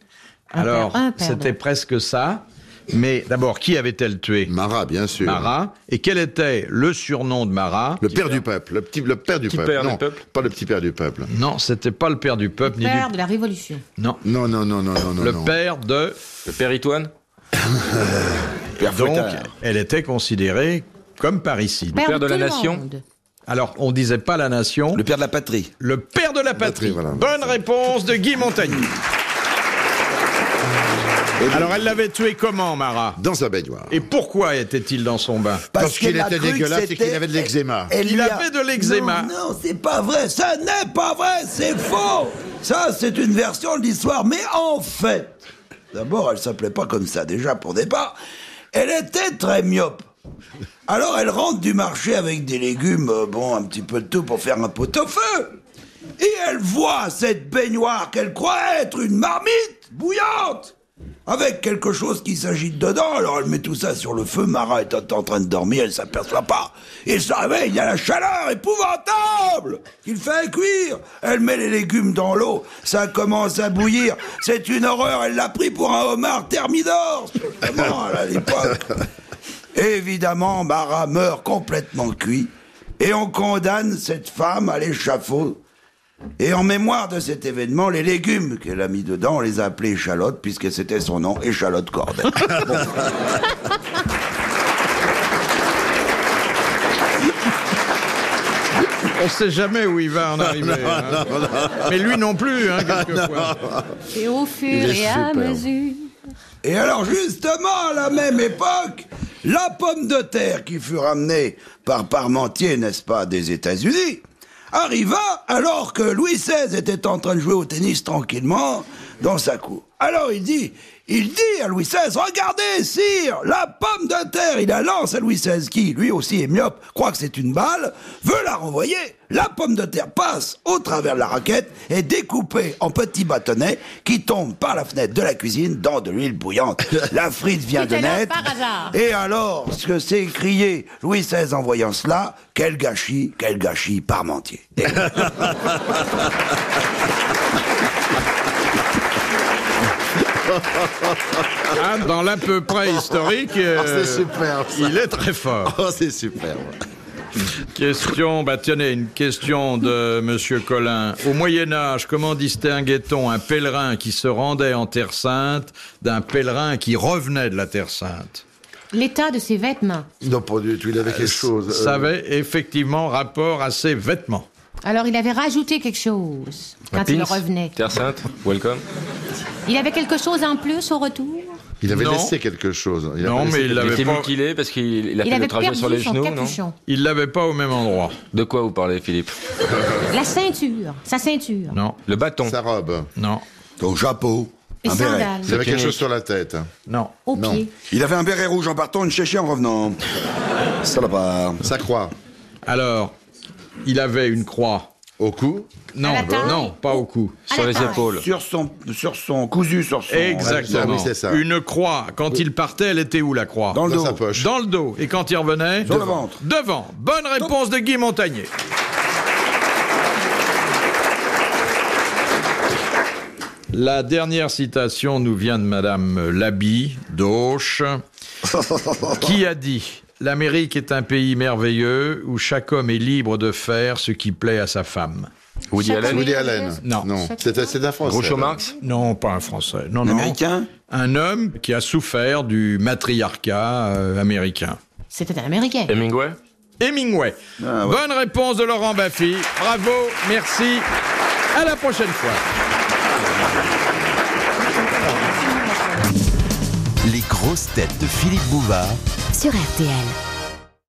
S2: Un
S3: Alors,
S2: père- un père de-
S3: c'était presque ça. Mais d'abord, qui avait-elle tué
S6: Marat, bien sûr.
S3: Marat. Et quel était le surnom de Marat
S6: Le père du peuple. Le petit, le père du
S5: Petit
S6: peuple.
S5: père du
S6: non,
S5: peuple.
S6: pas le petit père du peuple.
S3: Non, c'était pas le père du peuple, ni du...
S2: père de la Révolution.
S3: Non,
S6: Non, non, non, non, non, non.
S3: le
S6: non.
S3: père de...
S5: Le père Itoine.
S7: Pierre
S3: Donc,
S7: Fouettard.
S3: elle était considérée comme parricide.
S5: père de la
S2: tout le
S5: nation.
S2: monde.
S3: Alors, on disait pas la nation,
S7: Le
S3: le,
S7: père de la patrie.
S3: père de la patrie.
S6: patrie, voilà.
S3: Bonne réponse de Guy Montagny. Alors, elle l'avait tué comment, Marat
S6: Dans sa baignoire.
S3: Et pourquoi était-il dans son bain
S6: Parce qu'il
S8: qu'elle a
S6: était
S8: cru que
S6: dégueulasse et
S8: c'était-
S6: qu'il avait de l'eczéma.
S8: Elle
S3: Il
S8: lui a-
S3: avait de l'eczéma.
S8: Non, non, c'est pas vrai. Ça n'est pas vrai. C'est faux. Ça, c'est une version de l'histoire. Mais en fait, d'abord, elle s'appelait pas comme ça déjà pour départ. Elle était très myope. Alors, elle rentre du marché avec des légumes, euh, bon, un petit peu de tout pour faire un pot-au-feu. Et elle voit cette baignoire qu'elle croit être une marmite bouillante avec quelque chose qui s'agite dedans. Alors elle met tout ça sur le feu. Marat est en train de dormir, elle s'aperçoit pas. Il se réveille, il y a la chaleur épouvantable qu'il fait cuire. Elle met les légumes dans l'eau, ça commence à bouillir. C'est une horreur, elle l'a pris pour un homard thermidor, sûrement, à l'époque. Évidemment, Marat meurt complètement cuit. Et on condamne cette femme à l'échafaud et en mémoire de cet événement, les légumes qu'elle a mis dedans, on les a appelés échalotes, puisque c'était son nom, échalote Corday.
S3: On sait jamais où il va en arriver. hein. Mais lui non plus, hein, quelquefois.
S2: Et au fur
S6: est
S2: et à
S6: superbe.
S2: mesure.
S8: Et alors justement, à la même époque, la pomme de terre qui fut ramenée par Parmentier, n'est-ce pas, des États-Unis, arriva alors que Louis XVI était en train de jouer au tennis tranquillement dans sa cour. Alors il dit, il dit à Louis XVI, regardez, sire, la pomme de terre, il la lance à Louis XVI qui, lui aussi est myope, croit que c'est une balle, veut la renvoyer. La pomme de terre passe au travers de la raquette et découpée en petits bâtonnets qui tombent par la fenêtre de la cuisine dans de l'huile bouillante. La frite vient de
S2: C'était là
S8: naître.
S2: par hasard.
S8: Et alors, ce que s'est crié Louis XVI en voyant cela, quel gâchis, quel gâchis parmentier. Et
S3: Ah, dans l'à peu près historique, euh,
S6: Ah, c'est super, ça.
S3: il est très fort.
S6: Oh, c'est superbe.
S3: Question, bah tenez, une question de Monsieur Collin. Au Moyen Âge, comment distinguait-on un pèlerin qui se rendait en Terre Sainte d'un pèlerin qui revenait de la Terre Sainte
S2: L'état de ses vêtements.
S6: Non, pas du tout. Il avait quelque chose. euh,
S3: Ça avait effectivement rapport à ses vêtements.
S2: Alors, il avait rajouté quelque chose
S5: Un
S2: quand il
S5: pins.
S2: revenait.
S5: Terre Sainte. Welcome.
S2: Il avait quelque chose en plus au retour
S6: Il avait
S3: Non.
S6: laissé quelque chose. Il
S3: Non,
S6: avait
S3: mais
S6: laissé-
S3: il
S5: Il
S3: avait
S5: était
S3: pas-
S5: mutilé parce qu'il il a
S2: Il
S5: fait le
S2: avait
S5: trajet
S2: perdu
S5: sur les
S2: son
S5: genoux, non
S2: capuchon.
S3: Il l'avait pas au même endroit.
S5: De quoi vous parlez, Philippe
S2: La ceinture. Sa ceinture.
S3: Non,
S5: Le bâton.
S6: Sa robe.
S3: non,
S7: Ton chapeau.
S2: Les
S7: Un béret.
S2: sandales.
S6: Il avait quelque
S5: Kénic.
S6: chose sur la tête.
S3: non.
S2: Aux
S6: Non.
S2: pieds.
S7: Il avait un béret rouge en partant, une chéchée en revenant. Salopard.
S6: Sa croix.
S3: Alors, il avait une croix.
S6: Au cou.
S3: Non,
S2: la taille
S3: non, pas au cou.
S2: À
S5: Sur
S2: la
S5: les
S2: taille.
S5: épaules.
S7: Sur son, sur son cousu, sur son.
S3: Exactement.
S6: Oh, oui, c'est ça.
S3: Une croix. Quand il partait, elle était où la croix
S7: Dans le
S6: Dans
S7: dos.
S6: sa poche.
S3: Dans le dos. Et quand il revenait
S7: Sur le ventre.
S3: Devant. Bonne réponse de Guy Montagnier. La dernière citation nous vient de Madame Labi d'Auch, qui a dit L'Amérique est un pays merveilleux où chaque homme est libre de faire ce qui plaît à sa femme.
S6: Woody
S2: Chaque
S6: Allen Woody
S2: Woody
S6: Allen.
S3: Non.
S6: Non. C'est c'est un français.
S5: Groucho
S6: là.
S5: Marx
S3: Non, pas un Français. Non,
S8: Un
S3: non.
S8: Américain
S3: Un homme qui a souffert du matriarcat euh, américain.
S2: C'était un Américain.
S5: Hemingway
S3: Hemingway. Bonne réponse de Laurent Baffy. Bravo, merci. À la prochaine fois.
S1: Les grosses têtes de Philippe Bouvard
S9: sur RTL.